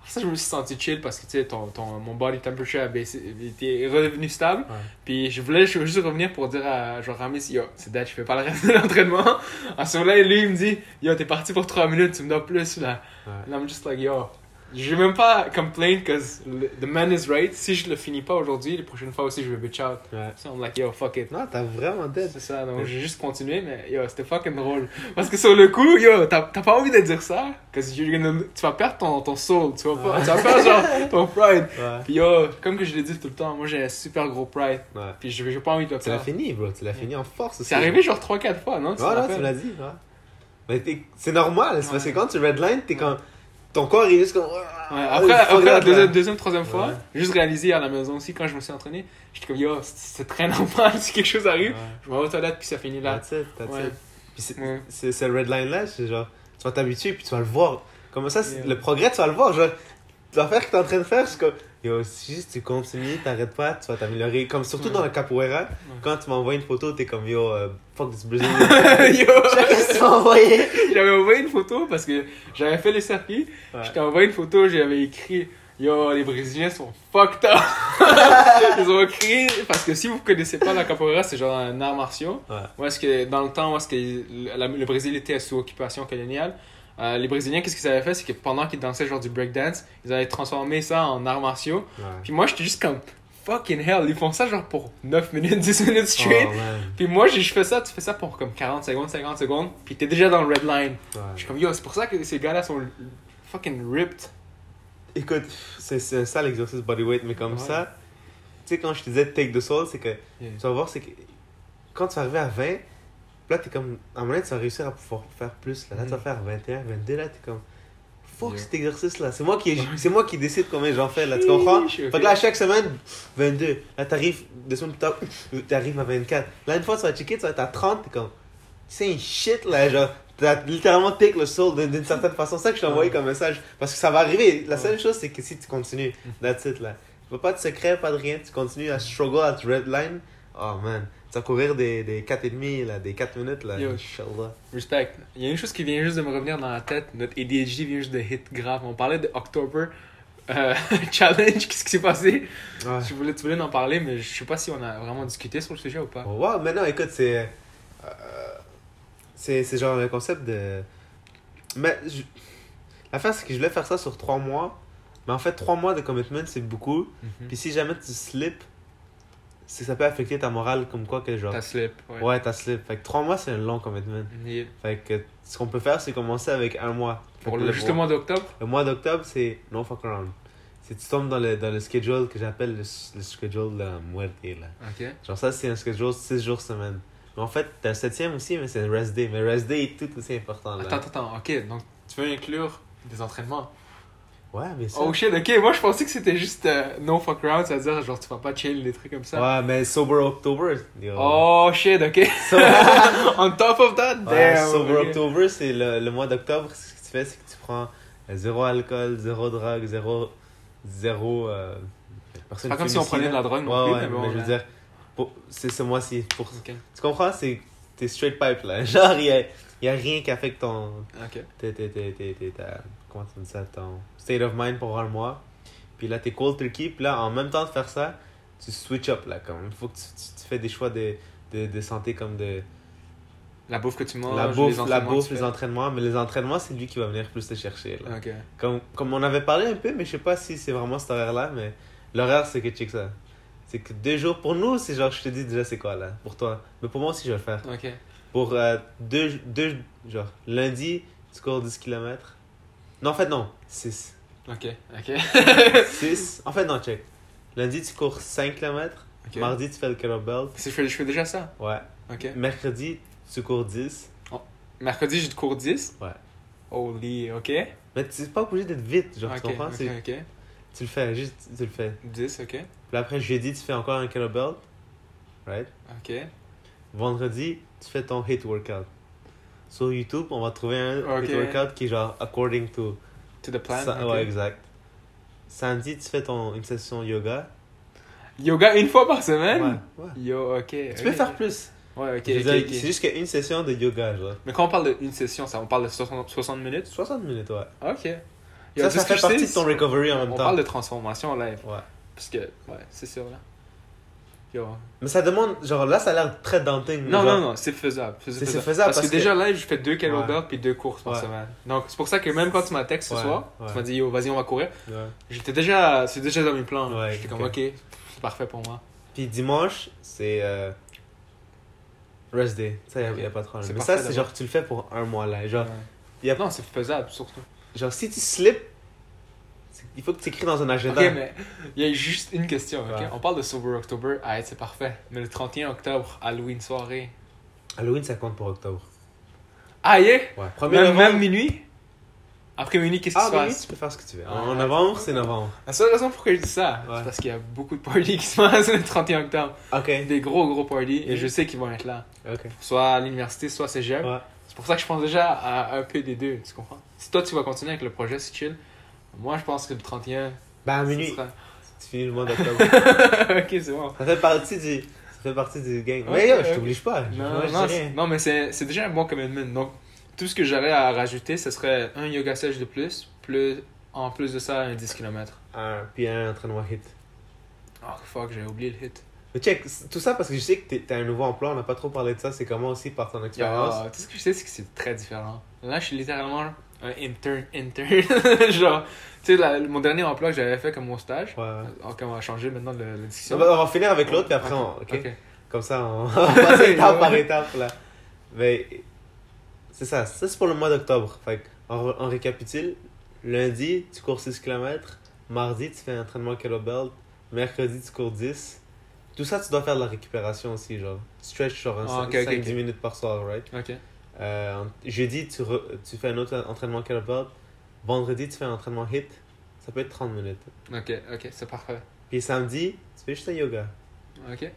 Speaker 1: Après ça, je me suis senti chill parce que tu sais, ton, ton, mon body temperature a baissé, il était redevenu stable.
Speaker 2: Ouais.
Speaker 1: Puis je voulais je voulais juste revenir pour dire à genre Ramis, yo, c'est date, je fais pas le reste de l'entraînement. À ce moment-là, lui, il me dit, yo, t'es parti pour 3 minutes, tu me donnes plus là.
Speaker 2: Ouais.
Speaker 1: And I'm just like, yo, je vais même pas complain because the man is right. Si je le finis pas aujourd'hui, les prochaines fois aussi, je vais bitch out.
Speaker 2: Ouais.
Speaker 1: So I'm like, yo, fuck it.
Speaker 2: Non, t'as vraiment dead.
Speaker 1: C'est ça, donc j'ai juste continué, mais yo, c'était fucking drôle. Parce que sur le coup, yo, t'as t'as pas envie de dire ça, parce que you're gonna- tu vas perdre ton, ton soul, tu vas, pas,
Speaker 2: Ouais.
Speaker 1: tu vas perdre genre ton pride.
Speaker 2: Ouais.
Speaker 1: Puis yo, comme que je l'ai dit tout le temps, moi j'ai un super gros pride,
Speaker 2: Ouais.
Speaker 1: puis j'ai j'ai pas envie de le
Speaker 2: Tu l'as
Speaker 1: perdre.
Speaker 2: fini, bro. Tu l'as fini en force aussi.
Speaker 1: Ah. C'est arrivé genre 3-4 fois, non? Tu te
Speaker 2: Ouais, ouais,
Speaker 1: rappelles?
Speaker 2: tu me l'as dit. Ouais. Mais t'es- c'est normal. C'est parce que
Speaker 1: Ouais.
Speaker 2: quand tu redline, t'es quand. Ton corps est juste comme. Ah,
Speaker 1: Ouais, après, après la deuxième, deuxième, troisième fois,
Speaker 2: Ouais.
Speaker 1: juste réalisé à la maison aussi, quand je me suis entraîné, j'étais comme yo, c'est- c'est très [LAUGHS] normal si quelque chose arrive. Je m'en vais aux toilettes, puis ça finit là.
Speaker 2: That's it, that's
Speaker 1: Ouais.
Speaker 2: it. Puis c'est-
Speaker 1: Ouais.
Speaker 2: c'est ce red line là, c'est genre, tu vas t'habituer puis tu vas le voir. Comme ça, c'est-
Speaker 1: Yeah.
Speaker 2: le progrès, tu vas le voir. Genre, l'affaire que t'es en train de faire, c'est comme, yo, si juste tu continues, t'arrêtes pas, tu vas t'améliorer. Comme surtout
Speaker 1: Ouais.
Speaker 2: dans le capoeira, quand tu m'envoies une photo, t'es comme, yo, euh, fuck this Brazilian.
Speaker 1: [LAUGHS]
Speaker 2: [LAUGHS]
Speaker 1: Yo!
Speaker 2: Chacun s'est envoyé.
Speaker 1: [LAUGHS] J'avais envoyé une photo parce que j'avais fait les circuits.
Speaker 2: Ouais.
Speaker 1: Je t'ai envoyé une photo, j'avais écrit Yo, les Brésiliens sont fucked
Speaker 2: [LAUGHS]
Speaker 1: up. Ils ont écrit parce que si vous connaissez pas la capoeira, c'est genre un art martial.
Speaker 2: Ouais.
Speaker 1: Où est-ce que dans le temps où est-ce que la- le Brésil était sous occupation coloniale, euh, les Brésiliens, qu'est-ce qu'ils avaient fait, c'est que pendant qu'ils dansaient genre du breakdance, ils avaient transformé ça en arts martiaux. Puis moi, j'étais juste comme fucking hell, ils font ça genre pour 9 minutes, [LAUGHS] 10 minutes
Speaker 2: Oh,
Speaker 1: straight.
Speaker 2: man.
Speaker 1: Puis moi, j'ai- je fais ça, tu fais ça pour comme 40 secondes, 50 secondes, puis t'es déjà dans le red line. Je suis
Speaker 2: Ouais.
Speaker 1: comme yo, c'est pour ça que ces gars-là sont fucking ripped.
Speaker 2: Écoute, c'est c'est un sale exercice bodyweight, mais comme
Speaker 1: Ouais.
Speaker 2: ça, tu sais, quand je te disais take the soul, c'est que Tu vas voir, c'est que quand tu vas arriver à 20, là, t'es comme. À un moment donné, tu vas réussir à pouvoir faire plus. Là, là tu vas
Speaker 1: Mhm.
Speaker 2: faire 21, 22, là, t'es comme. Fuck
Speaker 1: Yeah.
Speaker 2: cet exercice-là. C'est moi, qui, c'est moi qui décide combien j'en fais, là, tu comprends?
Speaker 1: Sheesh, ok.
Speaker 2: Fait que là, chaque semaine, 22. Là, t'arrives, deux semaines plus tard, [LAUGHS] t'arrives à 24. Là, une fois, tu vas checker, tu vas être à 30, t'es comme. C'est un shit, là, genre. T'as littéralement take le soul d'une, d'une certaine façon. C'est ça que je t'ai envoyé
Speaker 1: Ouais.
Speaker 2: comme message. Parce que ça va arriver. La seule
Speaker 1: Ouais. Mm.
Speaker 2: chose, c'est que si tu continues, that's it, là. Tu veux pas de secret, pas de rien, tu continues à struggle à te redline. Oh man, tu vas courir des, des 4,5, là, des 4 minutes, là.
Speaker 1: Yo.
Speaker 2: Inch'Allah.
Speaker 1: Respect. Il y a une chose qui vient juste de me revenir dans la tête. Notre ADHD vient juste de hit grave. On parlait de October euh, [LAUGHS] Challenge. Qu'est-ce qui s'est passé
Speaker 2: Ouais.
Speaker 1: Je voulais, Tu voulais en parler, mais je sais pas si on a vraiment discuté sur le sujet ou pas.
Speaker 2: Oh, Wow, mais non, écoute, c'est. euh, c'est c'est genre le concept de. Mais. je- L'affaire, c'est que je voulais faire ça sur 3 mois. Mais en fait, 3 mois de commitment, c'est beaucoup.
Speaker 1: Mhm.
Speaker 2: Puis si jamais tu slips, c'est que ça peut affecter ta morale, comme quoi que genre.
Speaker 1: T'as slip. Ouais.
Speaker 2: Ouais, t'as slip. Fait que 3 mois, c'est un long commitment.
Speaker 1: Et
Speaker 2: Fait que ce qu'on peut faire, c'est commencer avec un mois. Fait
Speaker 1: Pour
Speaker 2: que
Speaker 1: le
Speaker 2: mois-
Speaker 1: justement d'octobre.
Speaker 2: Le mois d'octobre, c'est no fuck around. C'est tu tombes dans le, dans le schedule que j'appelle le, le schedule de la muerte, là.
Speaker 1: Ok.
Speaker 2: Genre ça, c'est un schedule 6 jours semaine. Mais en fait, t'as le septième aussi, mais c'est un rest day. Mais rest day est tout aussi important, là.
Speaker 1: Attends, attends, attends. Ok, donc tu veux inclure des entraînements.
Speaker 2: Ouais, mais ça...
Speaker 1: Oh shit, ok. Moi je pensais que c'était juste euh, no fuck round, c'est-à-dire genre tu vas pas chill, des trucs comme ça.
Speaker 2: Ouais, mais sober October... yo.
Speaker 1: Oh shit, ok. [LAUGHS]
Speaker 2: So- Ouais,
Speaker 1: On top of that, damn.
Speaker 2: sober
Speaker 1: ok.
Speaker 2: October, c'est le, le mois d'octobre. Ce que tu fais, c'est que tu prends euh, zéro alcool, zéro drogue, zéro... Zéro... euh,
Speaker 1: C'est
Speaker 2: personne
Speaker 1: pas comme si on
Speaker 2: fumicide,
Speaker 1: prenait de la
Speaker 2: là.
Speaker 1: drogue non
Speaker 2: Ouais,
Speaker 1: plus,
Speaker 2: ouais,
Speaker 1: mais bon.
Speaker 2: mais je veux
Speaker 1: là.
Speaker 2: dire... pour- C'est ce mois-ci. Pour...
Speaker 1: Ok,
Speaker 2: Tu comprends? C'est... T'es straight pipe, là. [LAUGHS] Genre, il y a, y a rien qui affecte ton,
Speaker 1: ok.
Speaker 2: t'es, t'es, t'es, t'es, t'es, ta- comment tu dis ça, ton state of mind pour un mois. Puis là, t'es cold turkey. Puis là, en même temps de faire ça, tu switch up, là, comme. Il faut que tu, tu- tu fais des choix de, de, de santé, comme de
Speaker 1: La bouffe que tu manges,
Speaker 2: la bouffe,
Speaker 1: les
Speaker 2: la
Speaker 1: entraînements
Speaker 2: bouffe
Speaker 1: que tu
Speaker 2: les entraînements. Mais les entraînements, c'est lui qui va venir plus te chercher, là.
Speaker 1: fais. Ok.
Speaker 2: Comme, comme on avait parlé un peu, mais je sais pas si c'est vraiment cet horaire-là, mais l'horaire, c'est que check ça. C'est que deux jours, pour nous, c'est genre, je te dis déjà c'est quoi, là, pour toi. Mais pour moi aussi, je vais le faire.
Speaker 1: Ok.
Speaker 2: Pour euh, deux, deux, genre, lundi, tu cours 10 km. Non, en fait, non, 6.
Speaker 1: Ok. Ok.
Speaker 2: 6. En fait, non, check. Lundi, tu cours 5 km.
Speaker 1: Ok.
Speaker 2: Mardi, tu fais le kettlebell.
Speaker 1: C'est- Je fais, je fais déjà ça.
Speaker 2: Ouais.
Speaker 1: Ok.
Speaker 2: Mercredi, tu cours 10.
Speaker 1: Mercredi, j'ai de cours 10.
Speaker 2: Ouais.
Speaker 1: Holy, ok.
Speaker 2: Mais tu n'es pas obligé d'être vite, genre,
Speaker 1: ok,
Speaker 2: tu comprends?
Speaker 1: ok,
Speaker 2: C'est-
Speaker 1: ok.
Speaker 2: Tu le fais, juste tu le fais.
Speaker 1: 10, ok.
Speaker 2: Puis après, jeudi, tu fais encore un kettlebell. Right?
Speaker 1: Ok.
Speaker 2: Vendredi, tu fais ton hit workout. Sur YouTube, on va trouver un hit
Speaker 1: Ok.
Speaker 2: workout qui est genre according to.
Speaker 1: To the plan.
Speaker 2: Sa-
Speaker 1: ok.
Speaker 2: Ouais, exact. Samedi, tu fais ton, une session yoga.
Speaker 1: Yoga une fois par semaine.
Speaker 2: Ouais, ouais.
Speaker 1: Yo, ok.
Speaker 2: Tu peux faire plus.
Speaker 1: Ouais, ok,
Speaker 2: Je veux
Speaker 1: ok,
Speaker 2: dire,
Speaker 1: ok.
Speaker 2: C'est juste qu'une session de yoga, genre.
Speaker 1: Mais quand on parle d'une session, ça, on parle de 60, 60 minutes
Speaker 2: 60 minutes, ouais.
Speaker 1: Ah, Ok. Yo,
Speaker 2: Ça,
Speaker 1: tout
Speaker 2: ça
Speaker 1: ce que
Speaker 2: fait
Speaker 1: je
Speaker 2: partie
Speaker 1: sais,
Speaker 2: de ton recovery en
Speaker 1: On
Speaker 2: même temps.
Speaker 1: parle de transformation en live.
Speaker 2: Ouais.
Speaker 1: Parce que, ouais, c'est sûr, là. Yo.
Speaker 2: Mais ça demande, genre là, ça a l'air très daunting.
Speaker 1: Non,
Speaker 2: genre.
Speaker 1: non, non, c'est faisable. C'est
Speaker 2: c'est faisable
Speaker 1: Parce,
Speaker 2: parce
Speaker 1: que,
Speaker 2: que-
Speaker 1: déjà, live, je fais deux calories
Speaker 2: Ouais.
Speaker 1: puis deux courses par
Speaker 2: Ouais.
Speaker 1: semaine. Donc, c'est pour ça que même quand tu m'as texté ce
Speaker 2: Ouais,
Speaker 1: soir,
Speaker 2: ouais.
Speaker 1: tu m'as dit, yo, vas-y, on va courir.
Speaker 2: Ouais.
Speaker 1: J'étais déjà, c'est déjà dans mes plans. là.
Speaker 2: Ouais,
Speaker 1: J'étais
Speaker 2: ok.
Speaker 1: comme, ok, c'est parfait pour moi.
Speaker 2: Puis dimanche, c'est euh, rest day. Ça, y a, y a pas de problème.
Speaker 1: C'est
Speaker 2: Mais
Speaker 1: parfait
Speaker 2: ça, c'est
Speaker 1: d'avoir-
Speaker 2: genre, tu le fais pour un mois là. Genre,
Speaker 1: Ouais.
Speaker 2: y a-
Speaker 1: Non, c'est faisable, surtout.
Speaker 2: genre si tu slips, c'est- il faut que tu écris dans un
Speaker 1: Ok,
Speaker 2: agenda.
Speaker 1: mais il y a juste une question, ok?
Speaker 2: Ouais.
Speaker 1: On parle de Sober October, ah, c'est parfait. Mais le 31 octobre, Halloween soirée.
Speaker 2: Halloween, ça compte pour octobre.
Speaker 1: Ah, yeah!
Speaker 2: Ouais. Premier
Speaker 1: Même,
Speaker 2: novembre.
Speaker 1: même minuit? Après minuit, qu'est-ce qui
Speaker 2: ah,
Speaker 1: se
Speaker 2: mais oui,
Speaker 1: passe?
Speaker 2: tu peux faire ce que tu veux.
Speaker 1: Ouais.
Speaker 2: En novembre, c'est novembre.
Speaker 1: La seule raison pourquoi je dis ça,
Speaker 2: Ouais.
Speaker 1: c'est parce qu'il y a beaucoup de parties [LAUGHS] qui se passent le 31 octobre.
Speaker 2: Ok.
Speaker 1: Des gros, gros parties, et je sais qu'ils vont être là.
Speaker 2: Ok.
Speaker 1: Soit à l'université, soit à cégep.
Speaker 2: Mm. Ouais.
Speaker 1: C'est pour ça que je pense déjà à un peu des deux, tu comprends? Si toi, tu vas continuer avec le projet, c'est chill. Moi, je pense que le 31,
Speaker 2: Bah, à
Speaker 1: ça
Speaker 2: minuit,
Speaker 1: sera- [LAUGHS]
Speaker 2: tu finis le mois d'octobre.
Speaker 1: ok, c'est bon.
Speaker 2: ça fait partie du. Ça fait partie du gang.
Speaker 1: Ouais,
Speaker 2: mais yo,
Speaker 1: ouais.
Speaker 2: je t'oblige pas.
Speaker 1: Non,
Speaker 2: Moi, je
Speaker 1: non,
Speaker 2: dis
Speaker 1: c'est-
Speaker 2: rien.
Speaker 1: non, mais c'est c'est déjà un bon commitment. Donc, tout ce que j'aurais à rajouter, ce serait un yoga sèche de plus, plus en plus de ça, un 10 km.
Speaker 2: Un, puis un entraînement hit.
Speaker 1: Oh fuck, j'ai oublié le hit.
Speaker 2: Mais check, c- tout ça parce que je sais que t'es- t'as un nouveau emploi, on n'a pas trop parlé de ça, c'est comment aussi par ton expérience.
Speaker 1: Ah, tout ce que je sais, c'est que c'est très différent. Là, je suis littéralement un intern, intern. [LAUGHS] Genre, tu sais, la- mon dernier emploi que j'avais fait comme mon stage.
Speaker 2: Ouais, ouais.
Speaker 1: Ok, on va changer maintenant de la discussion.
Speaker 2: On va, on va finir avec l'autre, puis après, on, ok?
Speaker 1: Ok.
Speaker 2: Comme ça, on,
Speaker 1: [LAUGHS]
Speaker 2: on passe étape par étape, là. Mais c'est ça, ça c'est pour le mois d'octobre. Fait que, on, re- on récapitule. Lundi, tu cours 6 km. Mardi, tu fais un entraînement kettlebell. Mercredi, tu cours 10. Tout ça, tu dois faire de la récupération aussi, genre. Stretch, genre,
Speaker 1: Ah, ok, ok,
Speaker 2: 5-10
Speaker 1: ok.
Speaker 2: minutes par soir, right?
Speaker 1: Ok.
Speaker 2: Euh, jeudi, tu, re- tu fais un autre entraînement kettlebell. Vendredi, tu fais un entraînement hit. Ça peut être 30 minutes.
Speaker 1: Ok, ok, c'est parfait.
Speaker 2: Puis samedi, tu fais juste un yoga.
Speaker 1: Ok.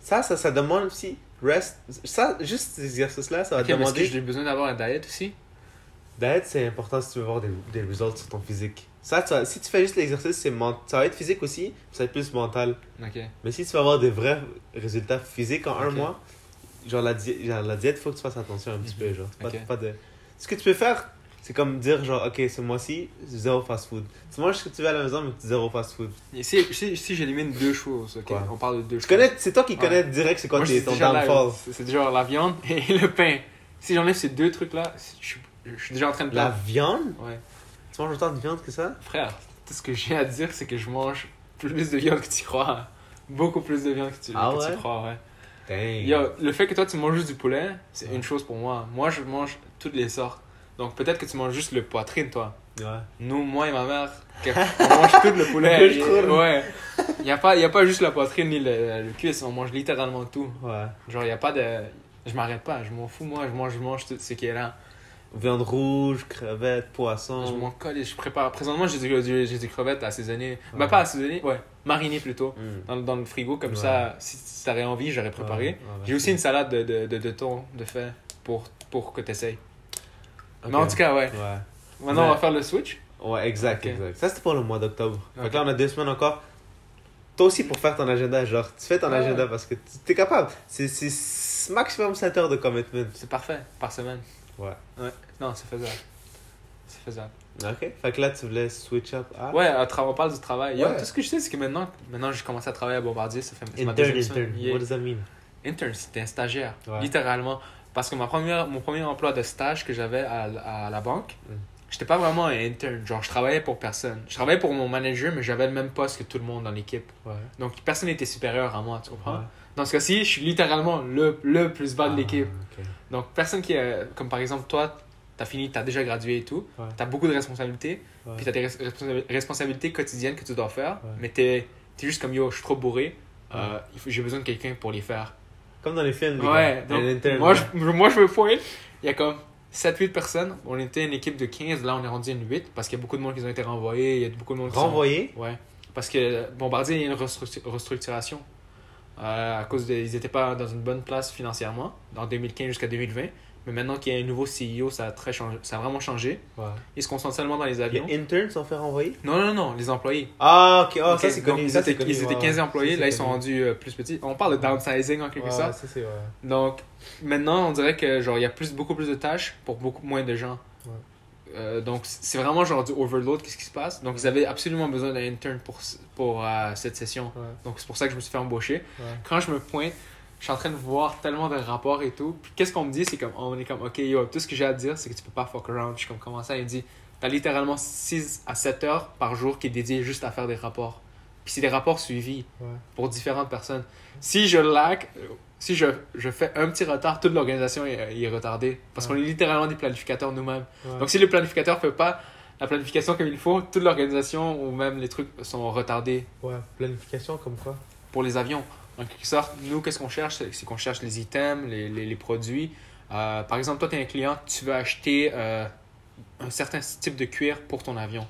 Speaker 2: Ça, ça, ça demande aussi rest. Ça, juste ces exercices-là, ça va
Speaker 1: Ok, mais est-ce que
Speaker 2: demander.
Speaker 1: j'ai besoin d'avoir un diet aussi
Speaker 2: Diet, c'est important si tu veux voir des, des results sur ton physique. Ça, tu vas- si tu fais juste l'exercice, c'est men- ça va être physique aussi, ça va être plus mental.
Speaker 1: Ok.
Speaker 2: Mais si tu veux avoir des vrais résultats physiques en un
Speaker 1: Ok.
Speaker 2: mois, genre la, di- genre la diète, faut que tu fasses attention un petit peu. Genre. Pas,
Speaker 1: Mhm. Ok.
Speaker 2: pas de... Ce que tu peux faire, c'est comme dire, genre, ok, ce mois-ci, zéro fast-food. Tu manges ce que tu veux à la maison, mais zéro fast-food.
Speaker 1: Et si, si, si j'élimine deux choses, ok
Speaker 2: Quoi?
Speaker 1: On parle de deux
Speaker 2: Tu
Speaker 1: choses.
Speaker 2: connais, c'est toi qui
Speaker 1: Ouais.
Speaker 2: connais direct c'est quoi
Speaker 1: Moi,
Speaker 2: tes-
Speaker 1: c'est
Speaker 2: ton
Speaker 1: déjà la-
Speaker 2: downfall.
Speaker 1: C'est c'est déjà la viande et [LAUGHS] le pain. Si j'enlève ces deux trucs-là, je, suis- je suis déjà en train de
Speaker 2: La
Speaker 1: perdre.
Speaker 2: viande
Speaker 1: Ouais.
Speaker 2: Tu manges autant de viande que ça
Speaker 1: Frère, tout ce que j'ai à dire, c'est que je mange plus de viande que tu crois. Beaucoup plus de viande que tu,
Speaker 2: Ah
Speaker 1: que tu
Speaker 2: ouais?
Speaker 1: crois, ouais.
Speaker 2: Dang.
Speaker 1: Yo, le fait que toi, tu manges juste du poulet, c'est
Speaker 2: Ouais.
Speaker 1: une chose pour moi. Moi, je mange toutes les sortes. Donc, peut-être que tu manges juste le poitrine, toi.
Speaker 2: Ouais.
Speaker 1: Nous, moi et ma mère, que- on mange tout le poulet.
Speaker 2: [LAUGHS] Le croûte.
Speaker 1: ouais. Il n'y a, pas- y a pas juste la poitrine ni le, le cuisse, on mange littéralement tout.
Speaker 2: Ouais.
Speaker 1: Genre, il n'y a pas de. Je m'arrête pas, je m'en fous, moi, je mange, je mange tout ce qui est là.
Speaker 2: Viande rouge, crevettes,
Speaker 1: Je
Speaker 2: poisson.
Speaker 1: m'en colle et je prépare. Présentement, j'ai du, du- j'ai des crevettes assaisonnées. Bah,
Speaker 2: Ouais.
Speaker 1: pas assaisonnées, ouais, marinées plutôt.
Speaker 2: Mm.
Speaker 1: Dans, dans le frigo, comme
Speaker 2: Ouais.
Speaker 1: ça, si, si t'avais envie, j'aurais préparé.
Speaker 2: Ouais, ouais,
Speaker 1: J'ai aussi une salade de, de, de, de thon de fait pour, pour que t'essayes.
Speaker 2: Ok.
Speaker 1: Mais en tout cas, ouais.
Speaker 2: Ouais.
Speaker 1: Maintenant, on
Speaker 2: Mais-
Speaker 1: va faire le switch.
Speaker 2: Ouais, exact,
Speaker 1: Ok.
Speaker 2: exact. Ça, c'était pour le mois d'octobre. Fait
Speaker 1: Ok.
Speaker 2: que là, on a deux semaines encore. Toi aussi, pour faire ton agenda, genre, tu fais ton
Speaker 1: Ouais.
Speaker 2: agenda parce que tu- t'es capable. C'est- C'est maximum 7 heures de commitment.
Speaker 1: C'est parfait, par semaine.
Speaker 2: Ouais.
Speaker 1: Ouais. Non, c'est faisable. C'est faisable.
Speaker 2: Ok. Fait que là, tu voulais switch up à.
Speaker 1: Ouais, à tra- on parle du travail. Yo,
Speaker 2: Ah. Ouais.
Speaker 1: tout ce que je sais, c'est que maintenant, maintenant j'ai commencé à travailler à Bombardier. Ça fait c'est ma
Speaker 2: Intern,
Speaker 1: deuxième semaine.
Speaker 2: intern.
Speaker 1: Yeah.
Speaker 2: What does that mean?
Speaker 1: Intern, c'était un stagiaire,
Speaker 2: Ouais.
Speaker 1: littéralement. Parce que ma première, mon premier emploi de stage que j'avais à, l- à la banque,
Speaker 2: Mm.
Speaker 1: j'étais pas vraiment un intern. Genre, je travaillais pour personne. Je travaillais pour mon manager, mais j'avais le même poste que tout le monde dans l'équipe.
Speaker 2: Ouais.
Speaker 1: Donc, personne n'était supérieur à moi, tu comprends?
Speaker 2: Ouais.
Speaker 1: Dans ce cas-ci, je suis littéralement le, le plus bas de l'équipe.
Speaker 2: Ah, ok.
Speaker 1: Donc, personne qui est. Comme par exemple, toi, t'as fini, t'as déjà gradué et tout.
Speaker 2: Ouais.
Speaker 1: T'as beaucoup de responsabilités.
Speaker 2: Ouais.
Speaker 1: Puis t'as des res- responsa- responsabilités quotidiennes que tu dois faire.
Speaker 2: Ouais.
Speaker 1: Mais t'es es juste comme yo, je suis trop bourré. euh,
Speaker 2: Ouais.
Speaker 1: il faut- J'ai besoin de quelqu'un pour les faire.
Speaker 2: Comme dans les films, les
Speaker 1: Ouais,
Speaker 2: gars.
Speaker 1: donc,
Speaker 2: Un intern.
Speaker 1: moi, je, moi je me pointe. Il y a comme 7-8 personnes. On était une équipe de 15. Là, on est rendu une 8 parce qu'il y a beaucoup de monde qui ont été renvoyés. Il y a beaucoup de monde qui sont-
Speaker 2: Renvoyé.
Speaker 1: Ouais, parce que Bombardier, il y a une restructu- restructuration. Euh, à cause de, ils n'étaient pas dans une bonne place financièrement, en 2015 jusqu'à 2020. Mais maintenant qu'il y a un nouveau CEO, ça a, très changé, ça a vraiment changé.
Speaker 2: Ouais.
Speaker 1: Ils se concentrent seulement dans les avions.
Speaker 2: Les interns sont fait renvoyer
Speaker 1: Non, non, non, les employés.
Speaker 2: Ah, ok, ah,
Speaker 1: Ok,
Speaker 2: ça c'est
Speaker 1: donc,
Speaker 2: connu.
Speaker 1: Ils
Speaker 2: ça,
Speaker 1: étaient,
Speaker 2: c'est connu,
Speaker 1: ils étaient
Speaker 2: ouais.
Speaker 1: 15 employés,
Speaker 2: Ça, c'est
Speaker 1: là ils sont
Speaker 2: connu.
Speaker 1: rendus euh, plus petits. On parle de downsizing en quelque
Speaker 2: Ouais,
Speaker 1: sorte.
Speaker 2: ça, c'est vrai.
Speaker 1: Donc maintenant, on dirait que genre il y a plus, beaucoup plus de tâches pour beaucoup moins de gens.
Speaker 2: Ouais.
Speaker 1: Euh, donc c'est vraiment genre du overload, qu'est-ce qui se passe. Donc ils avaient absolument besoin d'un intern pour, pour euh, cette session.
Speaker 2: Ouais.
Speaker 1: Donc c'est pour ça que je me suis fait embaucher.
Speaker 2: Ouais.
Speaker 1: Quand je me pointe, je suis en train de voir tellement de rapports et tout. Puis qu'est-ce qu'on me dit C'est comme, on est comme, ok, yo, tout ce que j'ai à dire, c'est que tu peux pas fuck around. Je suis comme, comment ça Il me dit, t'as littéralement 6 à 7 heures par jour qui est dédié juste à faire des rapports. Puis c'est des rapports suivis
Speaker 2: Ouais.
Speaker 1: pour différentes personnes. Si je lack, euh, si je, je fais un petit retard, toute l'organisation est, est retardée. Parce
Speaker 2: Ouais.
Speaker 1: qu'on est littéralement des planificateurs nous-mêmes.
Speaker 2: Ouais.
Speaker 1: Donc si le planificateur fait pas la planification comme il faut, toute l'organisation ou même les trucs sont retardés
Speaker 2: ouais, planification comme quoi
Speaker 1: pour les avions. En quelque sorte, nous, qu'est-ce qu'on cherche C'est c'est qu'on cherche les items, les, les, les produits. Euh, par exemple, toi, tu es un client, tu veux acheter euh, un certain type de cuir pour ton avion.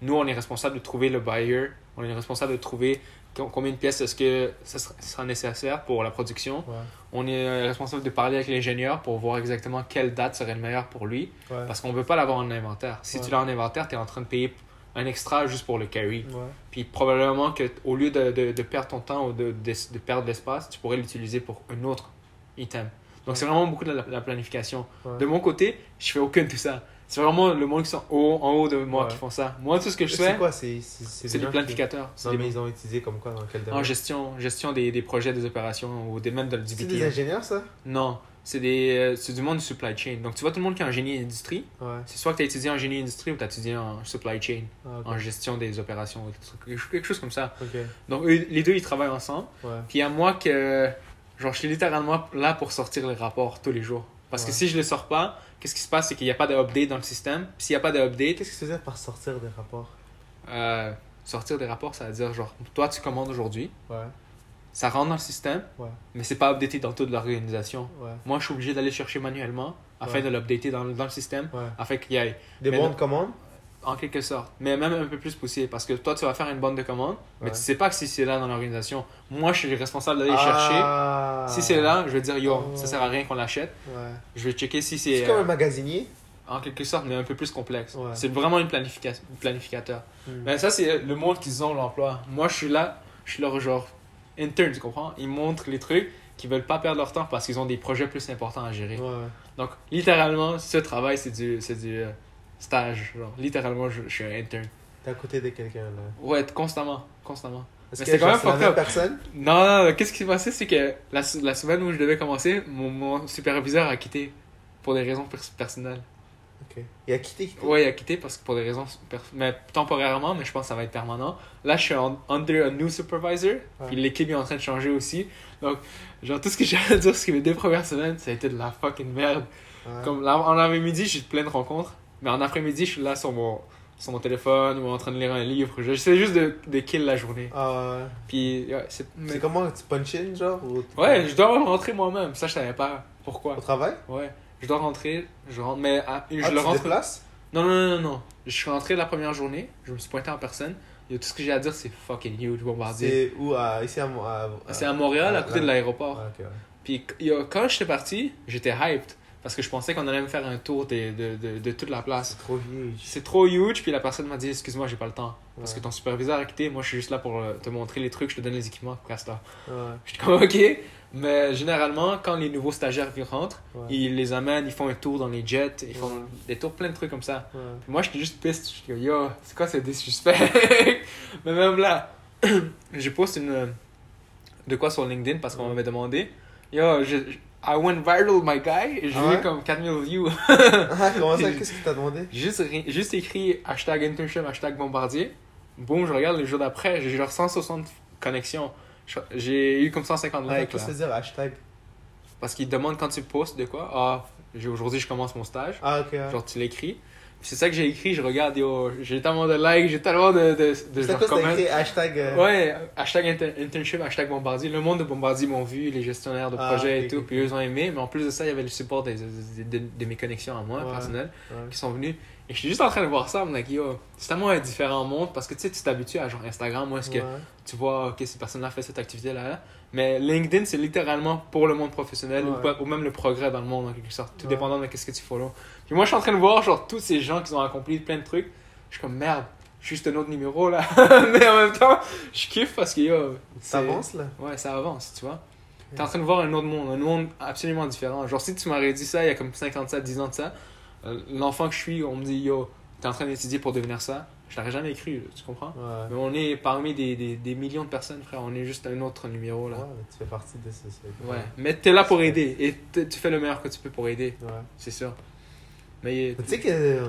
Speaker 1: Nous, on est responsable de trouver le buyer, on est responsable de trouver com- combien de pièces est-ce que ça sera- sera nécessaire pour la production.
Speaker 2: Ouais.
Speaker 1: On est euh, responsable de parler avec l'ingénieur pour voir exactement quelle date serait le meilleur pour lui.
Speaker 2: Ouais.
Speaker 1: Parce qu'on ne veut pas l'avoir en inventaire. Si
Speaker 2: Ouais.
Speaker 1: tu l'as en inventaire, tu es en train de payer un extra juste pour le carry.
Speaker 2: Ouais.
Speaker 1: Puis probablement que au lieu de, de, de perdre ton temps ou de, de, de perdre l'espace, tu pourrais l'utiliser pour un autre item. Donc c'est vraiment beaucoup de la, la planification.
Speaker 2: Ouais.
Speaker 1: De mon côté, je fais aucune de ça. C'est vraiment le monde qui sont haut, en haut de moi
Speaker 2: Ouais.
Speaker 1: qui font ça. Moi, tout ce que je
Speaker 2: C'est
Speaker 1: fais,
Speaker 2: quoi C'est c'est-
Speaker 1: c'est
Speaker 2: des
Speaker 1: des
Speaker 2: gens
Speaker 1: planificateurs.
Speaker 2: qui-
Speaker 1: C'est
Speaker 2: Non,
Speaker 1: des-
Speaker 2: mais ils ont utilisé comme quoi dans quel
Speaker 1: en
Speaker 2: domaine
Speaker 1: gestion, gestion des, des projets, des opérations ou des, même de, du
Speaker 2: C'est des
Speaker 1: BPM.
Speaker 2: ingénieurs ça
Speaker 1: Non, c'est des, euh, c'est du monde du supply chain. Donc tu vois tout le monde qui est en génie industrie,
Speaker 2: Ouais.
Speaker 1: c'est soit que tu as étudié en génie industrie ou tu as étudié en supply chain,
Speaker 2: Ah, ok.
Speaker 1: en gestion des opérations, quelque quelque chose comme ça.
Speaker 2: Ok.
Speaker 1: Donc eux- les deux, ils travaillent ensemble.
Speaker 2: Ouais.
Speaker 1: Puis à moi que, genre, je suis littéralement là pour sortir les rapports tous les jours. Parce que
Speaker 2: Ouais.
Speaker 1: si je ne le sors pas, qu'est-ce qui se passe C'est qu'il n'y a pas d'update dans le système. Puis s'il n'y a pas
Speaker 2: Et
Speaker 1: d'update,
Speaker 2: qu'est-ce que tu veux dire par sortir des rapports
Speaker 1: euh, sortir des rapports, ça veut dire, genre, toi, tu commandes aujourd'hui,
Speaker 2: Ouais.
Speaker 1: ça rentre dans le système,
Speaker 2: Ouais.
Speaker 1: mais c'est pas updaté dans toute l'organisation.
Speaker 2: Ouais.
Speaker 1: Moi, je suis obligé d'aller chercher manuellement afin
Speaker 2: Ouais.
Speaker 1: de l'updater dans, le- dans le système,
Speaker 2: Ouais.
Speaker 1: afin qu'il y ait,
Speaker 2: Des
Speaker 1: Mais
Speaker 2: bons
Speaker 1: non.
Speaker 2: de commande
Speaker 1: en quelque sorte, mais même un peu plus poussé. Parce que toi, tu vas faire une bande de commandes, mais
Speaker 2: Ouais.
Speaker 1: tu sais pas que si c'est là dans l'organisation. Moi, je suis responsable d'aller
Speaker 2: Ah.
Speaker 1: chercher. Si c'est là, je vais dire, yo,
Speaker 2: Oh.
Speaker 1: ça sert à rien qu'on l'achète.
Speaker 2: Ouais.
Speaker 1: Je vais checker si c'est
Speaker 2: C'est comme
Speaker 1: euh,
Speaker 2: un magasinier.
Speaker 1: en quelque sorte, mais un peu plus complexe.
Speaker 2: Ouais.
Speaker 1: C'est vraiment une planifica- planificateur.
Speaker 2: Hmm.
Speaker 1: Mais ça, c'est euh, le monde qu'ils ont, l'emploi. Moi, je suis là, je suis leur genre intern, tu comprends Ils montrent les trucs qu'ils veulent pas perdre leur temps parce qu'ils ont des projets plus importants à gérer.
Speaker 2: Hmm. Ouais.
Speaker 1: Donc, littéralement, ce travail, c'est du, c'est du euh, stage. genre. Littéralement, je, je suis un intern.
Speaker 2: T'es à côté de quelqu'un là.
Speaker 1: Ouais, constamment, constamment.
Speaker 2: Est-ce
Speaker 1: Mais
Speaker 2: que
Speaker 1: c'est quand
Speaker 2: genre,
Speaker 1: même
Speaker 2: c'est la
Speaker 1: fucked
Speaker 2: même
Speaker 1: up.
Speaker 2: personne
Speaker 1: Non, non, non, qu'est-ce qui s'est passé, c'est que la, s- la semaine où je devais commencer, mon, mon superviseur a quitté pour des raisons pers- personnelles.
Speaker 2: Ok. Il a quitté. quitté.
Speaker 1: Ouais, il a quitté parce que pour des raisons pers- mais temporairement, mais je pense que ça va être permanent. Là, je suis en, under a new supervisor, puis l'équipe est en train de changer aussi. Donc, genre, tout ce que [LAUGHS] j'ai à dire sur les deux premières semaines, ça a été de la fucking merde.
Speaker 2: Ouais.
Speaker 1: Comme là, en avant-midi, j'ai plein de rencontres, mais en après-midi, je suis là sur mon, sur mon téléphone ou en train de lire un livre. J'essaie juste de, de kill la journée.
Speaker 2: Ah, ouais.
Speaker 1: Puis, ouais, c'est. mais-
Speaker 2: C'est comment tu punch in genre ou t'es
Speaker 1: Ouais,
Speaker 2: comme-
Speaker 1: je dois rentrer moi-même, ça, je savais pas pourquoi.
Speaker 2: Au travail
Speaker 1: Ouais, je dois rentrer, je rentre, mais ah, je
Speaker 2: Ah,
Speaker 1: le
Speaker 2: tu te
Speaker 1: rentre
Speaker 2: déplaces
Speaker 1: Non, non, non, non, non. Je suis rentré la première journée, je me suis pointé en personne. Et tout ce que j'ai à dire, c'est fucking huge, bombardier.
Speaker 2: C'est où à- Ici à. Mo- à-
Speaker 1: Ah, C'est à Montréal, à côté de l'aéroport.
Speaker 2: Ah, ok, ouais.
Speaker 1: Puis yo, quand j'étais parti, j'étais hyped. Parce que je pensais qu'on allait me faire un tour des- de, de, de toute la place.
Speaker 2: C'est trop huge.
Speaker 1: Ah, C'est trop huge, puis la personne m'a dit Excuse-moi, j'ai pas le temps. Parce
Speaker 2: Ouais.
Speaker 1: que ton superviseur a quitté, moi je suis juste là pour euh, te montrer les trucs, je te donne les équipements, casse-toi.
Speaker 2: Ouais.
Speaker 1: J'étais comme Ok. Mais généralement, quand les nouveaux stagiaires qui rentrent,
Speaker 2: Ouais.
Speaker 1: ils les amènent, ils font un tour dans les jets, ils font
Speaker 2: Ouais.
Speaker 1: des tours, plein de trucs comme ça.
Speaker 2: Ouais. [LAUGHS]
Speaker 1: Puis moi, j'étais juste piste. Je suis comme, yo, c'est quoi ce disrespect? [LAUGHS] Mais même là, [CLEARS THROAT] je poste une, euh, de quoi sur LinkedIn parce qu'on
Speaker 2: Ouais.
Speaker 1: m'avait demandé. Yo, je, je- I went viral, my guy. J'ai
Speaker 2: Ah ouais?
Speaker 1: eu comme 4000 views. [LAUGHS]
Speaker 2: Ah, comment ça Qu'est-ce que t'as demandé
Speaker 1: J'ai juste, ri- juste écrit hashtag internship, hashtag bombardier. Boum, je regarde le jour d'après, j'ai genre 160 connexions. Je- J'ai eu comme 150
Speaker 2: Attends,
Speaker 1: likes.
Speaker 2: Qu'est-ce
Speaker 1: là.
Speaker 2: que ça veut dire hashtag
Speaker 1: Parce qu'ils te demandent quand tu postes de quoi. Ah, j'ai- aujourd'hui, je commence mon stage.
Speaker 2: Ah, ok. ouais.
Speaker 1: Genre, tu l'écris. Puis C'est ça que j'ai écrit, je regarde, yo, j'ai tellement de likes, j'ai tellement de, de, de
Speaker 2: C'est
Speaker 1: genre
Speaker 2: quoi ça
Speaker 1: comments.
Speaker 2: écrit hashtag euh,
Speaker 1: Ouais, hashtag inter- internship, hashtag Bombardier. Le monde de Bombardier m'ont vu, les gestionnaires de
Speaker 2: Ah,
Speaker 1: projets
Speaker 2: ok,
Speaker 1: et tout,
Speaker 2: ok,
Speaker 1: puis
Speaker 2: ok.
Speaker 1: eux ils ont aimé. Mais en plus de ça, il y avait le support des- des- des- de, de mes connexions à moi,
Speaker 2: Ouais.
Speaker 1: personnelles,
Speaker 2: Ouais.
Speaker 1: qui sont venus. Et je suis juste en train de voir ça, I'm like, yo, c'est tellement un différent monde parce que tu sais, tu t'habitues à genre Instagram, où est-ce que
Speaker 2: Ouais.
Speaker 1: tu vois, ok, cette personne-là fait cette activité-là. Mais LinkedIn, c'est littéralement pour le monde professionnel ou
Speaker 2: Ouais.
Speaker 1: pas- ou, même le progrès dans le monde, en quelque sorte, tout
Speaker 2: Ouais.
Speaker 1: dépendant de qu'est-ce que tu follow. Puis moi, je suis en train de voir, genre, tous ces gens qui ont accompli plein de trucs. Je suis comme, merde, juste un autre numéro, là. [LAUGHS] mais en même temps, je kiffe parce que, yo, c'est-
Speaker 2: Ça avance là.
Speaker 1: Ouais, ça avance, tu vois. T'es en train de voir un autre monde, un monde absolument différent. Genre, si tu m'aurais dit ça il y a comme 50 ça, 10 ans de ça, euh, l'enfant que je suis, on me dit, yo, t'es en train d'étudier pour devenir ça, je l'aurais jamais cru, tu comprends?
Speaker 2: Ouais.
Speaker 1: Mais on est parmi des, des, des millions de personnes, frère. On est juste un autre numéro, là.
Speaker 2: Ouais, mais tu fais partie de ce société.
Speaker 1: Ouais. Mais t'es là pour aider. Et t- tu fais le meilleur que tu peux pour aider,
Speaker 2: Ouais.
Speaker 1: c'est sûr. Mais.
Speaker 2: Tu sais que. euh,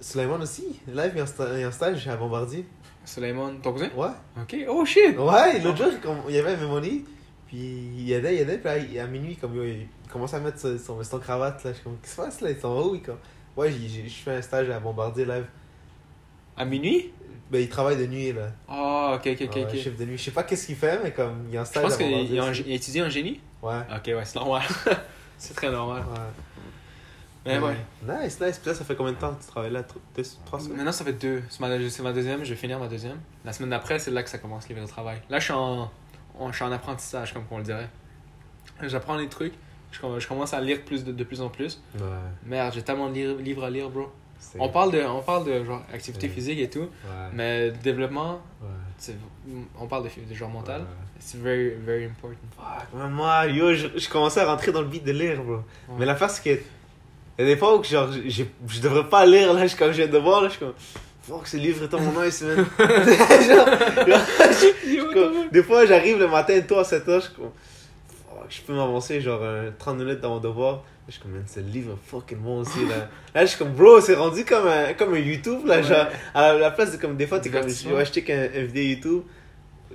Speaker 2: Sulaiman aussi, là, il est en sta- il est en stage à Bombardier.
Speaker 1: Suleiman, ton cousin
Speaker 2: Ouais.
Speaker 1: Ok. Oh shit
Speaker 2: Ouais, l'autre jour, comme, il y avait Memoni, puis il aidait, il aidait, puis là, il- à minuit, comme, il il commence à mettre son, son veston cravate, là, je suis comme, qu'est-ce qui se passe, là, ils sont où, ils, comme, ouais, j'ai- j'ai- je fais un stage à Bombardier, là,
Speaker 1: À minuit
Speaker 2: ben, il travaille de nuit, là,
Speaker 1: Oh, ok, ok, ok.
Speaker 2: Ouais,
Speaker 1: ok. Je
Speaker 2: chef de nuit, je sais pas qu'est-ce qu'il fait, mais comme, il est en stage
Speaker 1: pense
Speaker 2: à
Speaker 1: qu'il il
Speaker 2: Bombardier.
Speaker 1: a un-
Speaker 2: aussi.
Speaker 1: il a étudié en génie
Speaker 2: Ouais,
Speaker 1: Ok, ouais, c'est normal. [LAUGHS] c'est très normal.
Speaker 2: ouais.
Speaker 1: Mais Eh ouais.
Speaker 2: Nice, nice, puis là, ça fait combien de temps que tu travailles là, trois deux- trois semaines
Speaker 1: Maintenant, ça fait deux. C'est ma, c'est ma deuxième, je vais finir ma deuxième. La semaine d'après, c'est là que ça commence, livre de travail. Là, je suis en, en- je suis en apprentissage, comme on le dirait. J'apprends les trucs. Je, com- je commence à lire plus de, de plus en plus.
Speaker 2: Ouais,
Speaker 1: Merde, j'ai tellement de li- livres à lire, bro.
Speaker 2: c'est-
Speaker 1: On parle de, on parle de genre activité
Speaker 2: Ouais.
Speaker 1: physique et tout,
Speaker 2: Ouais,
Speaker 1: mais développement,
Speaker 2: ouais,
Speaker 1: c'est- mm, on parle de, fi- de genre mental.
Speaker 2: ouais.
Speaker 1: C'est very, very important.
Speaker 2: Fuck, maman, yo, je, je commençais à rentrer dans le beat de lire, bro.
Speaker 1: Ouais.
Speaker 2: Mais l'affaire, c'est que. Il y a des fois où que, genre, j'ai- j'ai- je devrais pas lire, là, je, comme je viens de voir, là, je suis comme. Fuck, ce livre est dans mon oeil,
Speaker 1: [LAUGHS]
Speaker 2: man. Genre, comme, des fois, j'arrive le matin, tôt à 7 h je suis comme. Fuck, je peux m'avancer, genre, euh, 30 minutes dans mon devoir. Je suis comme, man, ce livre est fucking bon aussi, là. Là, je suis comme, bro, c'est rendu comme un, comme un YouTube, là,
Speaker 1: Ouais.
Speaker 2: genre. À la place de, comme, des fois, t'es comme, je
Speaker 1: Divertissement.
Speaker 2: vais acheter qu'un un vidéo YouTube.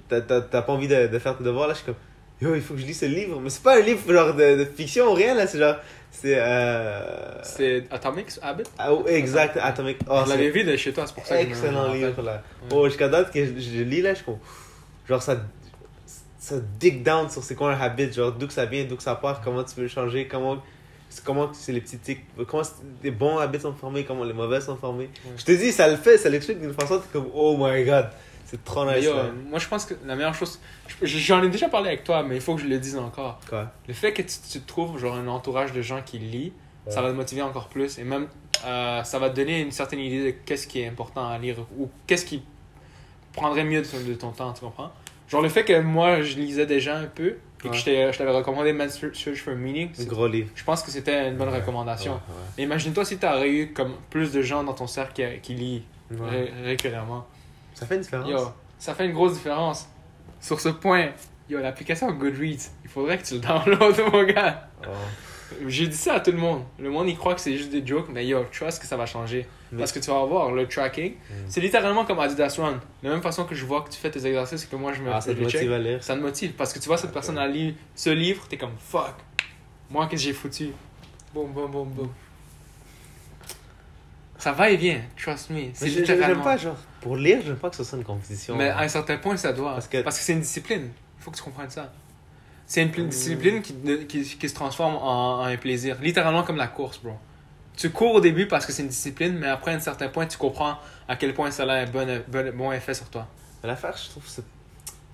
Speaker 2: T'as- T'as t'as pas envie de, de faire tes devoirs, là, je suis comme. Yo, il faut que je lise ce livre. Mais c'est pas un livre genre de, de fiction ou rien, là. C'est genre. C'est. Euh...
Speaker 1: C'est Atomic Habit.
Speaker 2: Ah, oh, exact, Atomic. Oh,
Speaker 1: je l'avais
Speaker 2: c'est
Speaker 1: vu de chez toi, c'est pour ça
Speaker 2: un
Speaker 1: que je me- je
Speaker 2: excellent
Speaker 1: me rappelle.
Speaker 2: livre, là.
Speaker 1: Ouais.
Speaker 2: Oh, jusqu'à date que je, je lis, là, je comprends. Genre, ça. Ça dig down sur c'est quoi un habit, genre d'où que ça vient, d'où que ça part, comment tu veux le changer, comment. C'est comment que c'est les petits tics, comment c'est- les bons habits sont formés, comment les mauvais sont formés.
Speaker 1: Ouais.
Speaker 2: Je te dis, ça le fait, ça l'explique d'une façon, t'es comme, oh my god, c'est trop
Speaker 1: Mais
Speaker 2: nice.
Speaker 1: yo,
Speaker 2: là.
Speaker 1: moi je pense que la meilleure chose, je- j'en ai déjà parlé avec toi, mais il faut que je le dise encore.
Speaker 2: Quoi?
Speaker 1: Le fait que tu, tu te trouves genre un entourage de gens qui lient, ça
Speaker 2: Ouais.
Speaker 1: va te motiver encore plus et même euh, ça va te donner une certaine idée de qu'est-ce qui est important à lire ou qu'est-ce qui prendrait mieux de ton, de ton temps, tu comprends Genre le fait que moi je lisais déjà un peu et que
Speaker 2: Ouais.
Speaker 1: je t'ai- je t'avais recommandé Man's Search for Meaning, c'est-
Speaker 2: Gros livre.
Speaker 1: je pense que c'était une bonne recommandation.
Speaker 2: Ouais,
Speaker 1: Mais imagine-toi si tu aurais eu comme plus de gens dans ton cercle qui, qui lient
Speaker 2: ouais. Ouais.
Speaker 1: ré- régulièrement.
Speaker 2: Ça fait une différence.
Speaker 1: Yo, ça fait une grosse différence. Sur ce point, yo, l'application Goodreads, il faudrait que tu le [LAUGHS] downloades, mon gars.
Speaker 2: Oh.
Speaker 1: J'ai dit ça à tout le monde. Le monde, il croit que c'est juste des jokes, mais yo, tu vois ce que ça va changer.
Speaker 2: Mais- Mm.
Speaker 1: Parce que tu vas voir le tracking. C'est littéralement comme Adidas One. De la même façon que je vois que tu fais tes exercices et que moi je me
Speaker 2: Ah, ça
Speaker 1: je
Speaker 2: te
Speaker 1: les check,
Speaker 2: motive à lire.
Speaker 1: ça te motive. Parce que tu vois, cette
Speaker 2: Ok.
Speaker 1: personne a lu ce livre, t'es comme fuck. Moi, qu'est-ce que j'ai foutu Boum, boum, boum, boum. Ça va et vient, trust me. C'est
Speaker 2: Mais j'ai- J'aime
Speaker 1: littéralement.
Speaker 2: pas, genre, pour lire, j'aime pas que ce soit une compétition.
Speaker 1: Mais à un certain point, ça doit. Parce
Speaker 2: Parce
Speaker 1: que
Speaker 2: que-
Speaker 1: c'est une discipline. Il faut que tu comprennes ça. C'est une pli- discipline qui, qui, qui se transforme en, en un plaisir. Littéralement comme la course, bro. Tu cours au début parce que c'est une discipline, mais après, à un certain point, tu comprends à quel point ça a un bon, bon, bon effet sur toi.
Speaker 2: Mais l'affaire, je trouve, c'est.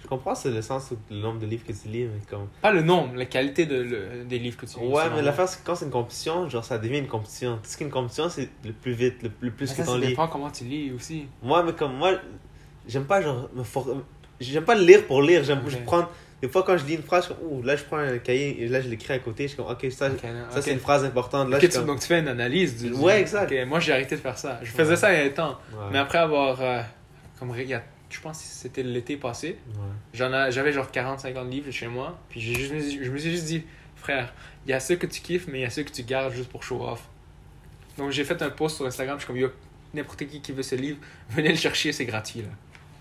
Speaker 2: Je comprends, c'est le sens ou le nombre de livres que tu lis, mais comme.
Speaker 1: Pas le nombre, la qualité de, le- des livres que tu lis, c'est
Speaker 2: Ouais, mais
Speaker 1: normal.
Speaker 2: l'affaire, c'est que quand c'est une compétition, genre, ça devient une compétition. Parce qu'une compétition, c'est le plus vite, le plus, le plus
Speaker 1: Mais
Speaker 2: que
Speaker 1: Ah, ça,
Speaker 2: t'en
Speaker 1: ça
Speaker 2: lis.
Speaker 1: dépend comment tu lis aussi.
Speaker 2: Moi, mais comme, moi, j'aime pas, genre, me for- J'aime pas lire pour lire, j'aime
Speaker 1: Ok.
Speaker 2: je prends. Des fois, quand je lis une phrase, je suis comme, ouh, là, je prends un cahier et là, je l'écris à côté, je suis comme, ok, ça,
Speaker 1: Ok,
Speaker 2: ça
Speaker 1: ok.
Speaker 2: c'est une phrase importante. Là,
Speaker 1: Ok,
Speaker 2: je
Speaker 1: tu-
Speaker 2: suis comme.
Speaker 1: Donc tu fais une analyse. Du, du-
Speaker 2: Ouais, exact.
Speaker 1: Ok, moi, j'ai arrêté de faire ça. Je faisais
Speaker 2: Ouais.
Speaker 1: ça il y a un temps.
Speaker 2: Ouais.
Speaker 1: Mais après avoir... euh, comme, il y a- je pense que c'était l'été passé.
Speaker 2: Ouais.
Speaker 1: J'en ai- J'avais genre 40-50 livres chez moi, puis j'ai juste, je me suis juste dit, frère, il y a ceux que tu kiffes, mais il y a ceux que tu gardes juste pour show off. Donc j'ai fait un post sur Instagram, je suis comme, yo, n'importe qui qui veut ce livre, venez le chercher, c'est gratuit là.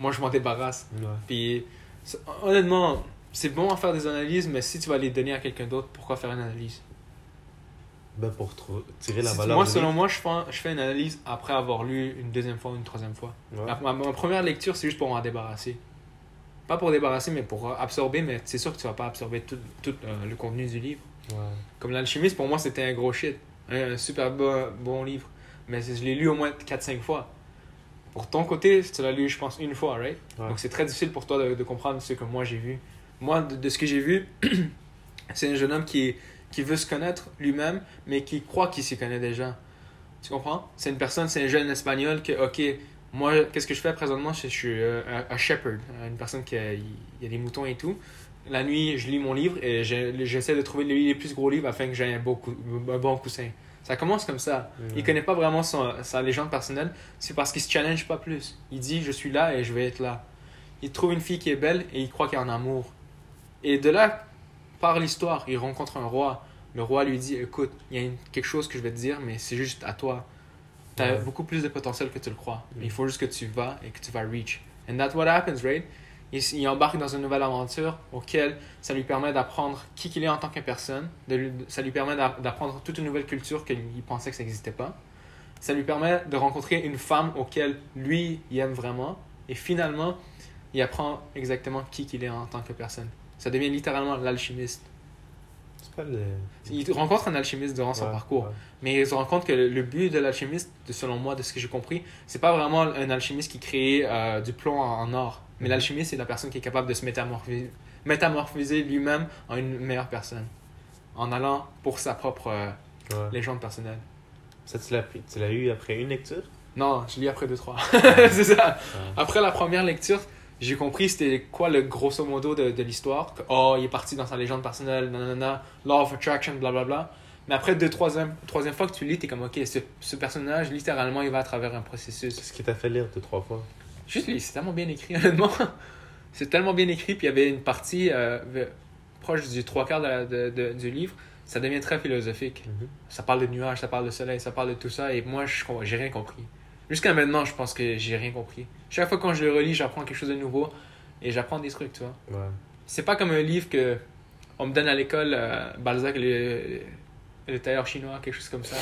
Speaker 1: Moi je m'en débarrasse.
Speaker 2: Ouais.
Speaker 1: Puis c'est- honnêtement, c'est bon à faire des analyses, mais si tu vas les donner à quelqu'un d'autre, pourquoi faire une analyse
Speaker 2: Ben, pour trou- tirer la
Speaker 1: Si-
Speaker 2: valeur.
Speaker 1: Moi,
Speaker 2: du
Speaker 1: selon
Speaker 2: livre.
Speaker 1: moi, je fais, je fais une analyse après avoir lu une deuxième fois ou une troisième fois.
Speaker 2: Ouais.
Speaker 1: Ma, ma- ma première lecture, c'est juste pour m'en débarrasser. Pas pour débarrasser, mais pour euh, absorber. Mais c'est sûr que tu vas pas absorber tout, tout, euh, le contenu du livre.
Speaker 2: Ouais.
Speaker 1: Comme L'Alchimiste, pour moi, c'était un gros shit. Un, un super bon, bon livre. Mais je l'ai lu au moins 4-5 fois. Pour ton côté, tu l'as lu, je pense, une fois, right?
Speaker 3: Ouais.
Speaker 1: Donc c'est très difficile pour toi de, de comprendre ce que moi j'ai vu. Moi, de, de ce que j'ai vu, [CLEARS THROAT] c'est un jeune homme qui, qui veut se connaître lui-même, mais qui croit qu'il s'y connaît déjà. Tu comprends? C'est une personne, c'est un jeune espagnol que, ok, moi, qu'est-ce que je fais présentement? Je, je suis euh, un, un shepherd, une personne qui a, il y a des moutons et tout. La nuit, je lis mon livre et j'ai- j'essaie de trouver les les plus gros livres afin que j'aie un, beau cou- un bon coussin. Ça commence comme ça. Il connaît pas vraiment son, sa légende personnelle, c'est parce qu'il se challenge pas plus. Il dit je suis là et je vais être là. Il trouve une fille qui est belle et il croit qu'il est en amour. Et de là, par l'histoire, il rencontre un roi. Le roi lui dit écoute, il y a une- quelque chose que je vais te dire, mais c'est juste à toi. Tu as
Speaker 3: Ouais.
Speaker 1: beaucoup plus de potentiel que tu le crois. Mais
Speaker 3: Mm.
Speaker 1: il faut juste que tu vas et que tu vas reach. And that's what happens, right? Il, s- il embarque dans une nouvelle aventure auquel ça lui permet d'apprendre qui qu'il est en tant que personne. De lui- ça lui permet d'a- d'apprendre toute une nouvelle culture qu'il il pensait que ça n'existait pas ça lui permet de rencontrer une femme auquel lui il aime vraiment et finalement il apprend exactement qui qu'il est en tant que personne ça devient littéralement l'alchimiste
Speaker 3: C'est pas le.
Speaker 2: Mm.
Speaker 1: il rencontre un alchimiste durant son
Speaker 3: Ouais,
Speaker 1: parcours
Speaker 3: ouais.
Speaker 1: mais il se rend compte que le but de l'alchimiste de- selon moi de ce que j'ai compris c'est pas vraiment un alchimiste qui crée euh, du plomb en, en or mais l'alchimiste c'est la personne qui est capable de se métamorphoser, métamorphoser lui-même en une meilleure personne en allant pour sa propre euh,
Speaker 3: Ouais.
Speaker 1: légende personnelle
Speaker 3: Ça, tu l'as pris- tu l'as eu après une lecture
Speaker 1: Non, je lis après 2-3. [LAUGHS] c'est ça. Après la première lecture, j'ai compris c'était quoi le grosso modo de, de l'histoire. Que, Oh, il est parti dans sa légende personnelle, nanana, Law of Attraction, blablabla. Mais après 2 troisième, troisième fois que tu lis, t'es comme, ok, ce, ce personnage, littéralement, il va à travers un processus.
Speaker 3: Qu'est-ce qui t'a fait lire deux, trois fois
Speaker 1: Juste, lui, c'est tellement bien écrit, [LAUGHS] honnêtement. C'est tellement bien écrit, puis il y avait une partie euh, ve- proche du trois quarts de la- de- de- du livre. Ça devient très philosophique.
Speaker 3: Mhm.
Speaker 1: Ça parle de nuages, ça parle de soleil, ça parle de tout ça, et moi, je com- j'ai rien compris. Jusqu'à maintenant, je pense que j'ai rien compris. Chaque fois quand je le relis, j'apprends quelque chose de nouveau, et j'apprends des trucs, tu vois.
Speaker 3: Ouais.
Speaker 1: C'est pas comme un livre que on me donne à l'école, euh, Balzac, le, le tailleur chinois, quelque chose comme ça.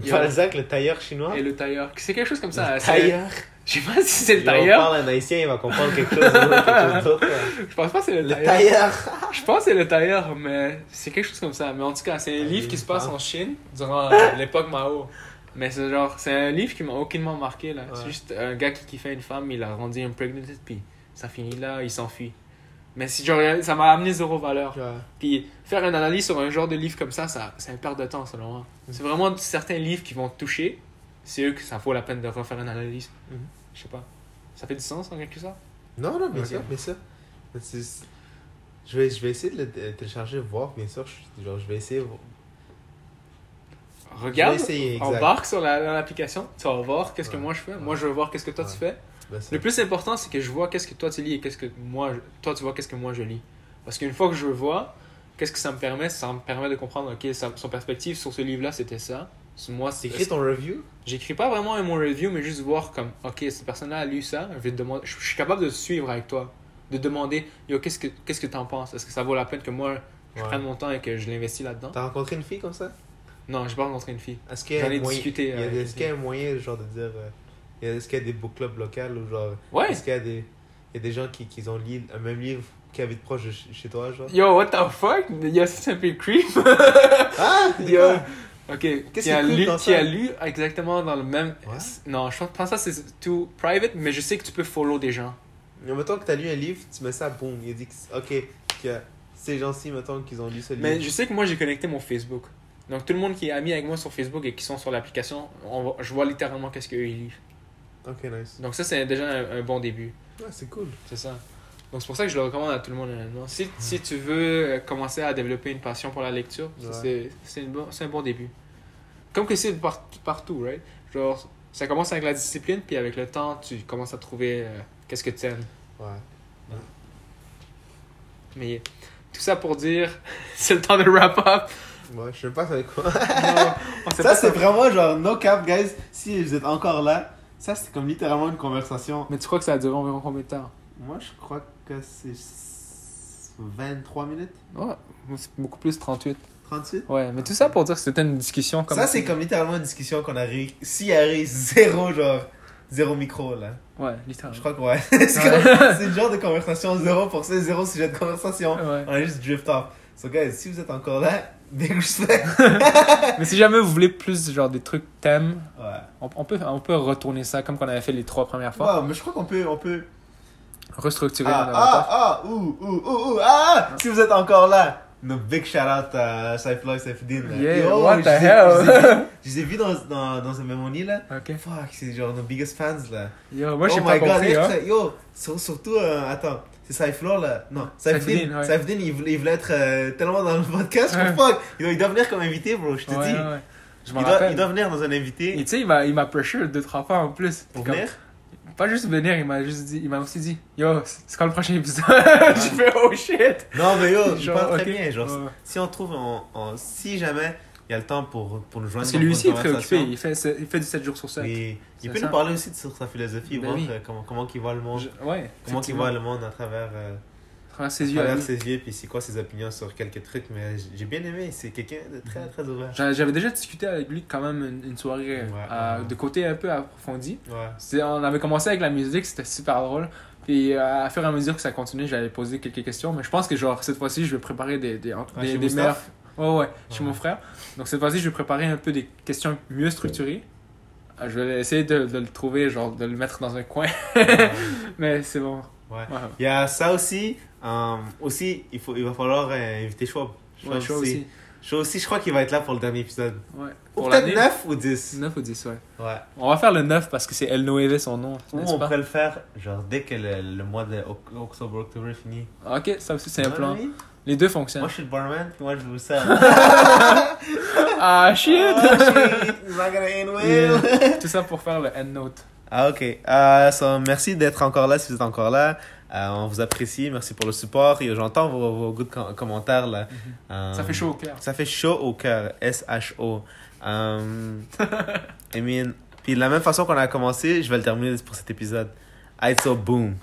Speaker 1: Yo.
Speaker 3: Balzac, le tailleur chinois
Speaker 1: Et le tailleur, c'est quelque chose comme ça.
Speaker 3: Hein? Le
Speaker 1: c'est-
Speaker 3: tailleur
Speaker 1: [LAUGHS] Je sais pas si c'est le
Speaker 3: Là, on
Speaker 1: tailleur,
Speaker 3: parle à un haïtien, il va comprendre quelque chose quelque chose d'autre.
Speaker 1: je pense pas que c'est le
Speaker 2: Le
Speaker 1: tailleur.
Speaker 2: tailleur.
Speaker 1: Je pense que c'est le tailleur, mais c'est quelque chose comme ça. Mais en tout cas, c'est
Speaker 3: Un
Speaker 1: un livre qui
Speaker 3: livre,
Speaker 1: se passe
Speaker 3: hein.
Speaker 1: en Chine
Speaker 3: [LAUGHS]
Speaker 1: durant euh, l'époque Mao. Mais c'est genre, c'est un livre qui m'a aucunement marqué là. C'est
Speaker 3: Ouais.
Speaker 1: juste un gars qui kiffait une femme, il a rendu impregnated, puis ça finit là, il s'enfuit. Mais si genre, ça m'a amené zéro valeur. Puis faire une analyse sur un genre de livre comme ça, ça c'est une perte de temps selon moi. C'est vraiment certains livres qui vont te toucher, c'est eux que ça vaut la peine de refaire une analyse.
Speaker 3: Mhm.
Speaker 1: Je sais pas. Ça fait du sens en quelque sorte
Speaker 3: Non, non,
Speaker 2: Mais
Speaker 3: mais
Speaker 2: ça,
Speaker 3: sûr.
Speaker 2: mais ça. Mais c'est- Je vais, je vais essayer de le t- télécharger, voir, bien sûr. Je, genre, je vais essayer. vo-
Speaker 1: Regarde,
Speaker 2: Je vais essayer, exact.
Speaker 1: embarque sur la- dans l'application, tu vas voir qu'est-ce que
Speaker 3: Ouais.
Speaker 1: moi je fais, moi je vais voir qu'est-ce que toi tu fais.
Speaker 2: Ben, ça.
Speaker 1: Le plus important, c'est que je vois qu'est-ce que toi tu lis et qu'est-ce que moi, je- toi tu vois qu'est-ce que moi je lis. Parce qu'une fois que je vois, qu'est-ce que ça me permet Ça me permet de comprendre, ok, sa- son perspective sur ce livre-là c'était ça. Sur Moi, c'est-
Speaker 2: T'écris ton review
Speaker 1: J'écris pas vraiment un mon review, mais juste voir comme, ok, cette personne-là a lu ça, je vais te demander, je je suis capable de suivre avec toi, de demander, yo, qu'est-ce que qu'est-ce que t'en penses Est-ce que ça vaut la peine que moi je
Speaker 3: Ouais.
Speaker 1: prenne mon temps et que je l'investis là-dedans
Speaker 2: T'as rencontré une fille comme ça
Speaker 1: Non, j'ai pas rencontré une fille.
Speaker 2: Est-ce qu'il y a
Speaker 1: J'en ai
Speaker 2: un moyen-
Speaker 1: discuté,
Speaker 2: il y a-
Speaker 1: euh,
Speaker 2: Est-ce qu'il y a un moyen, genre, de dire. euh, il y a- Est-ce qu'il y a des book clubs locaux ou genre.
Speaker 1: Ouais.
Speaker 2: Est-ce qu'il y a des, il y a des gens qui, qui ont lu un même livre qui habitent proche de ch- chez toi, genre
Speaker 1: Yo, what the fuck Yo, ça, c'est un peu creep.
Speaker 2: Ah
Speaker 1: Yo. Ok,
Speaker 2: Qu'est-ce
Speaker 1: qui a,
Speaker 2: qui est cool
Speaker 1: lu,
Speaker 2: dans
Speaker 1: qui
Speaker 2: ça?
Speaker 1: a lu exactement dans le même.
Speaker 2: Ouais.
Speaker 1: Non, je pense- pense que ça c'est tout private, mais je sais que tu peux follow des gens.
Speaker 2: Mais mettons que t'as lu un livre, tu mets ça, boum, il dit que, ok, que ces gens-ci, mettons qu'ils ont lu ce
Speaker 1: Mais
Speaker 2: livre.
Speaker 1: je sais que moi j'ai connecté mon Facebook. Donc tout le monde qui est ami avec moi sur Facebook et qui sont sur l'application, on va- je vois littéralement qu'est-ce qu'eux ils lisent.
Speaker 2: Ok, nice.
Speaker 1: Donc ça c'est déjà un, un bon début.
Speaker 2: Ouais, c'est cool.
Speaker 1: C'est ça. Donc c'est pour ça que je le recommande à tout le monde honnêtement. Si, si tu veux euh, commencer à développer une passion pour la lecture, ça,
Speaker 2: Ouais.
Speaker 1: c'est- c'est une bon- c'est un bon début. Comme que c'est par- partout, right? Genre, ça commence avec la discipline, puis avec le temps, tu commences à trouver euh, qu'est-ce que tu aimes.
Speaker 2: Ouais.
Speaker 1: Mais tout ça pour dire, [LAUGHS] c'est le temps de wrap
Speaker 2: [LAUGHS]
Speaker 1: up.
Speaker 2: Ouais, je sais pas avec
Speaker 1: [LAUGHS]
Speaker 2: quoi.
Speaker 1: Non, on sait
Speaker 2: Ça,
Speaker 1: pas
Speaker 2: c'est
Speaker 1: ça-
Speaker 2: vraiment genre no cap, guys. Si vous êtes encore là, ça, c'est comme littéralement une conversation.
Speaker 1: Mais tu crois que ça a duré environ combien de temps
Speaker 2: Moi, je crois que c'est 23 minutes,
Speaker 1: Ouais, c'est beaucoup plus 38.
Speaker 2: 38.
Speaker 1: Ouais, mais tout ça pour dire que c'était une discussion comme
Speaker 2: ça, c'est comme littéralement une discussion qu'on a réussi. S'il y a ré- zéro, genre, zéro micro, là.
Speaker 1: Ouais,
Speaker 2: Je
Speaker 1: littéralement.
Speaker 2: crois que [LAUGHS] ouais. c'est comme- c'est le genre de conversation 0% zéro sujet de conversation.
Speaker 1: Ouais.
Speaker 2: On a juste drift off. So, guys, si vous êtes encore là, [LAUGHS] big respect.
Speaker 1: Mais si jamais vous voulez plus genre des trucs thèmes,
Speaker 2: Ouais.
Speaker 1: on, on peut, on peut retourner ça comme qu'on avait fait les trois premières fois.
Speaker 2: Wow, mais je crois qu'on peut, on peut.
Speaker 1: Restructurer
Speaker 2: Ah,
Speaker 1: un
Speaker 2: ah,
Speaker 1: avantage.
Speaker 2: ah, ouh, ouh, ouh, ouh, ah, si vous êtes encore là. No big shout out à Saifloy Saifedin. là.
Speaker 1: Yeah,
Speaker 2: ah. Yo,
Speaker 1: what
Speaker 2: je
Speaker 1: the
Speaker 2: les ai-
Speaker 1: hell?
Speaker 2: je les ai- Je
Speaker 1: [LAUGHS]
Speaker 2: les ai vus dans, dans, dans un mémonier là.
Speaker 1: Ok.
Speaker 2: Fuck, c'est genre nos biggest fans là.
Speaker 1: Yo, moi,
Speaker 2: oh
Speaker 1: j'ai
Speaker 2: my
Speaker 1: pas
Speaker 2: god,
Speaker 1: compris.
Speaker 2: eh,
Speaker 1: hein.
Speaker 2: putain, yo, sur- surtout, euh, attends, c'est Saifloy là. Non,
Speaker 1: Saifedin,
Speaker 2: Saifedin.
Speaker 1: ouais.
Speaker 2: Saifedin, il, voulait- il voulait être euh, tellement dans le [LAUGHS] podcast que
Speaker 1: Ouais.
Speaker 2: fuck, il doit venir comme invité, bro, je te
Speaker 1: Ouais,
Speaker 2: dis.
Speaker 1: ouais. Je m'en
Speaker 2: Il doit,
Speaker 1: rappelle.
Speaker 2: il doit venir dans un
Speaker 1: Et
Speaker 2: invité
Speaker 1: tu sais, il m'a- il m'a pressure deux, trois fois en plus.
Speaker 2: pour
Speaker 1: Comme-
Speaker 2: venir.
Speaker 1: Pas juste venir, il m'a juste dit, il m'a aussi dit, yo, c'est c'est quand le prochain épisode? [LAUGHS] J'ai fait, oh shit!
Speaker 2: Non, mais yo,
Speaker 1: [LAUGHS]
Speaker 2: je
Speaker 1: Genre,
Speaker 2: parle
Speaker 1: ok.
Speaker 2: très bien. Genre,
Speaker 1: Ouais.
Speaker 2: si on trouve, on- on- si jamais il y a le temps pour, pour nous joindre.
Speaker 1: Parce que
Speaker 2: pour
Speaker 1: lui
Speaker 2: une
Speaker 1: aussi est très
Speaker 2: conversation,
Speaker 1: occupé, il fait, il fait du 7 jours sur 7.
Speaker 2: oui,
Speaker 1: C'est
Speaker 2: il peut
Speaker 1: ça.
Speaker 2: nous parler aussi de- sur sa philosophie,
Speaker 1: Ben
Speaker 2: voir
Speaker 1: oui.
Speaker 2: euh, comment, comment il voit le monde,
Speaker 1: Ouais.
Speaker 2: comment il
Speaker 1: effectivement.
Speaker 2: voit le monde à travers, euh,
Speaker 1: À travers
Speaker 2: à
Speaker 1: ses yeux. à
Speaker 2: travers
Speaker 1: lui. euh,
Speaker 2: ses yeux, puis c'est quoi ses opinions sur quelques trucs. Mais j- j'ai bien aimé, c'est quelqu'un de
Speaker 1: Mm.
Speaker 2: très très ouvert.
Speaker 1: J'a- J'avais déjà discuté avec lui quand même une, une soirée
Speaker 2: Ouais,
Speaker 1: euh,
Speaker 2: ouais.
Speaker 1: de côté un peu approfondi.
Speaker 2: Ouais.
Speaker 1: C'est- On avait commencé avec la musique, c'était super drôle. Puis euh, à fur et à mesure que ça continuait, j'allais poser quelques questions. Mais je pense que genre cette fois-ci, je vais préparer des, des,
Speaker 2: Ah,
Speaker 1: des,
Speaker 2: chez
Speaker 1: des
Speaker 2: Moustapha?
Speaker 1: meilleurs Ouais, ouais, chez
Speaker 2: Ouais.
Speaker 1: mon frère. Donc cette fois-ci, je vais préparer un peu des questions mieux structurées. Euh, Je vais essayer de, de le trouver, genre de le mettre dans un coin. [LAUGHS]
Speaker 2: Ouais.
Speaker 1: Mais c'est bon.
Speaker 2: Ouais.
Speaker 1: Ouais.
Speaker 2: Il y a ça aussi. euh, aussi, il, faut, il va falloir euh, inviter Schwab.
Speaker 1: Ouais, chaud aussi.
Speaker 2: Schwab aussi, je crois qu'il va être là pour le dernier épisode.
Speaker 1: Ouais.
Speaker 2: Ou
Speaker 1: Pour
Speaker 2: peut-être
Speaker 1: l'année,
Speaker 2: 9 ou 10.
Speaker 1: 9 ou 10, ouais.
Speaker 2: Ouais.
Speaker 1: On va faire le 9 parce que c'est El Noeve son nom.
Speaker 2: Ou
Speaker 1: n'est-ce
Speaker 2: on
Speaker 1: pas?
Speaker 2: pourrait le faire genre dès que le, le mois de oc- octobre octobre est fini.
Speaker 1: Ok, ça aussi c'est un
Speaker 2: Non,
Speaker 1: plan.
Speaker 2: non, oui.
Speaker 1: Les deux fonctionnent.
Speaker 2: Moi je suis le barman, puis moi je vous sers.
Speaker 1: [LAUGHS] Ah shit!
Speaker 2: Oh, shit, it's not gonna end
Speaker 1: [LAUGHS]
Speaker 2: well.
Speaker 1: Yeah. Tout ça pour faire le endnote.
Speaker 2: Ah ok. Euh, so, merci d'être encore là si vous êtes encore là. Euh, on vous apprécie, merci pour le support. Et J'entends vos, vos good com- commentaires là. Euh,
Speaker 1: Ça fait chaud au cœur.
Speaker 2: Ça fait chaud au cœur, S-H-O. Um, I mean, puis de la même façon qu'on a commencé, je vais le terminer pour cet épisode. Alright, so boom.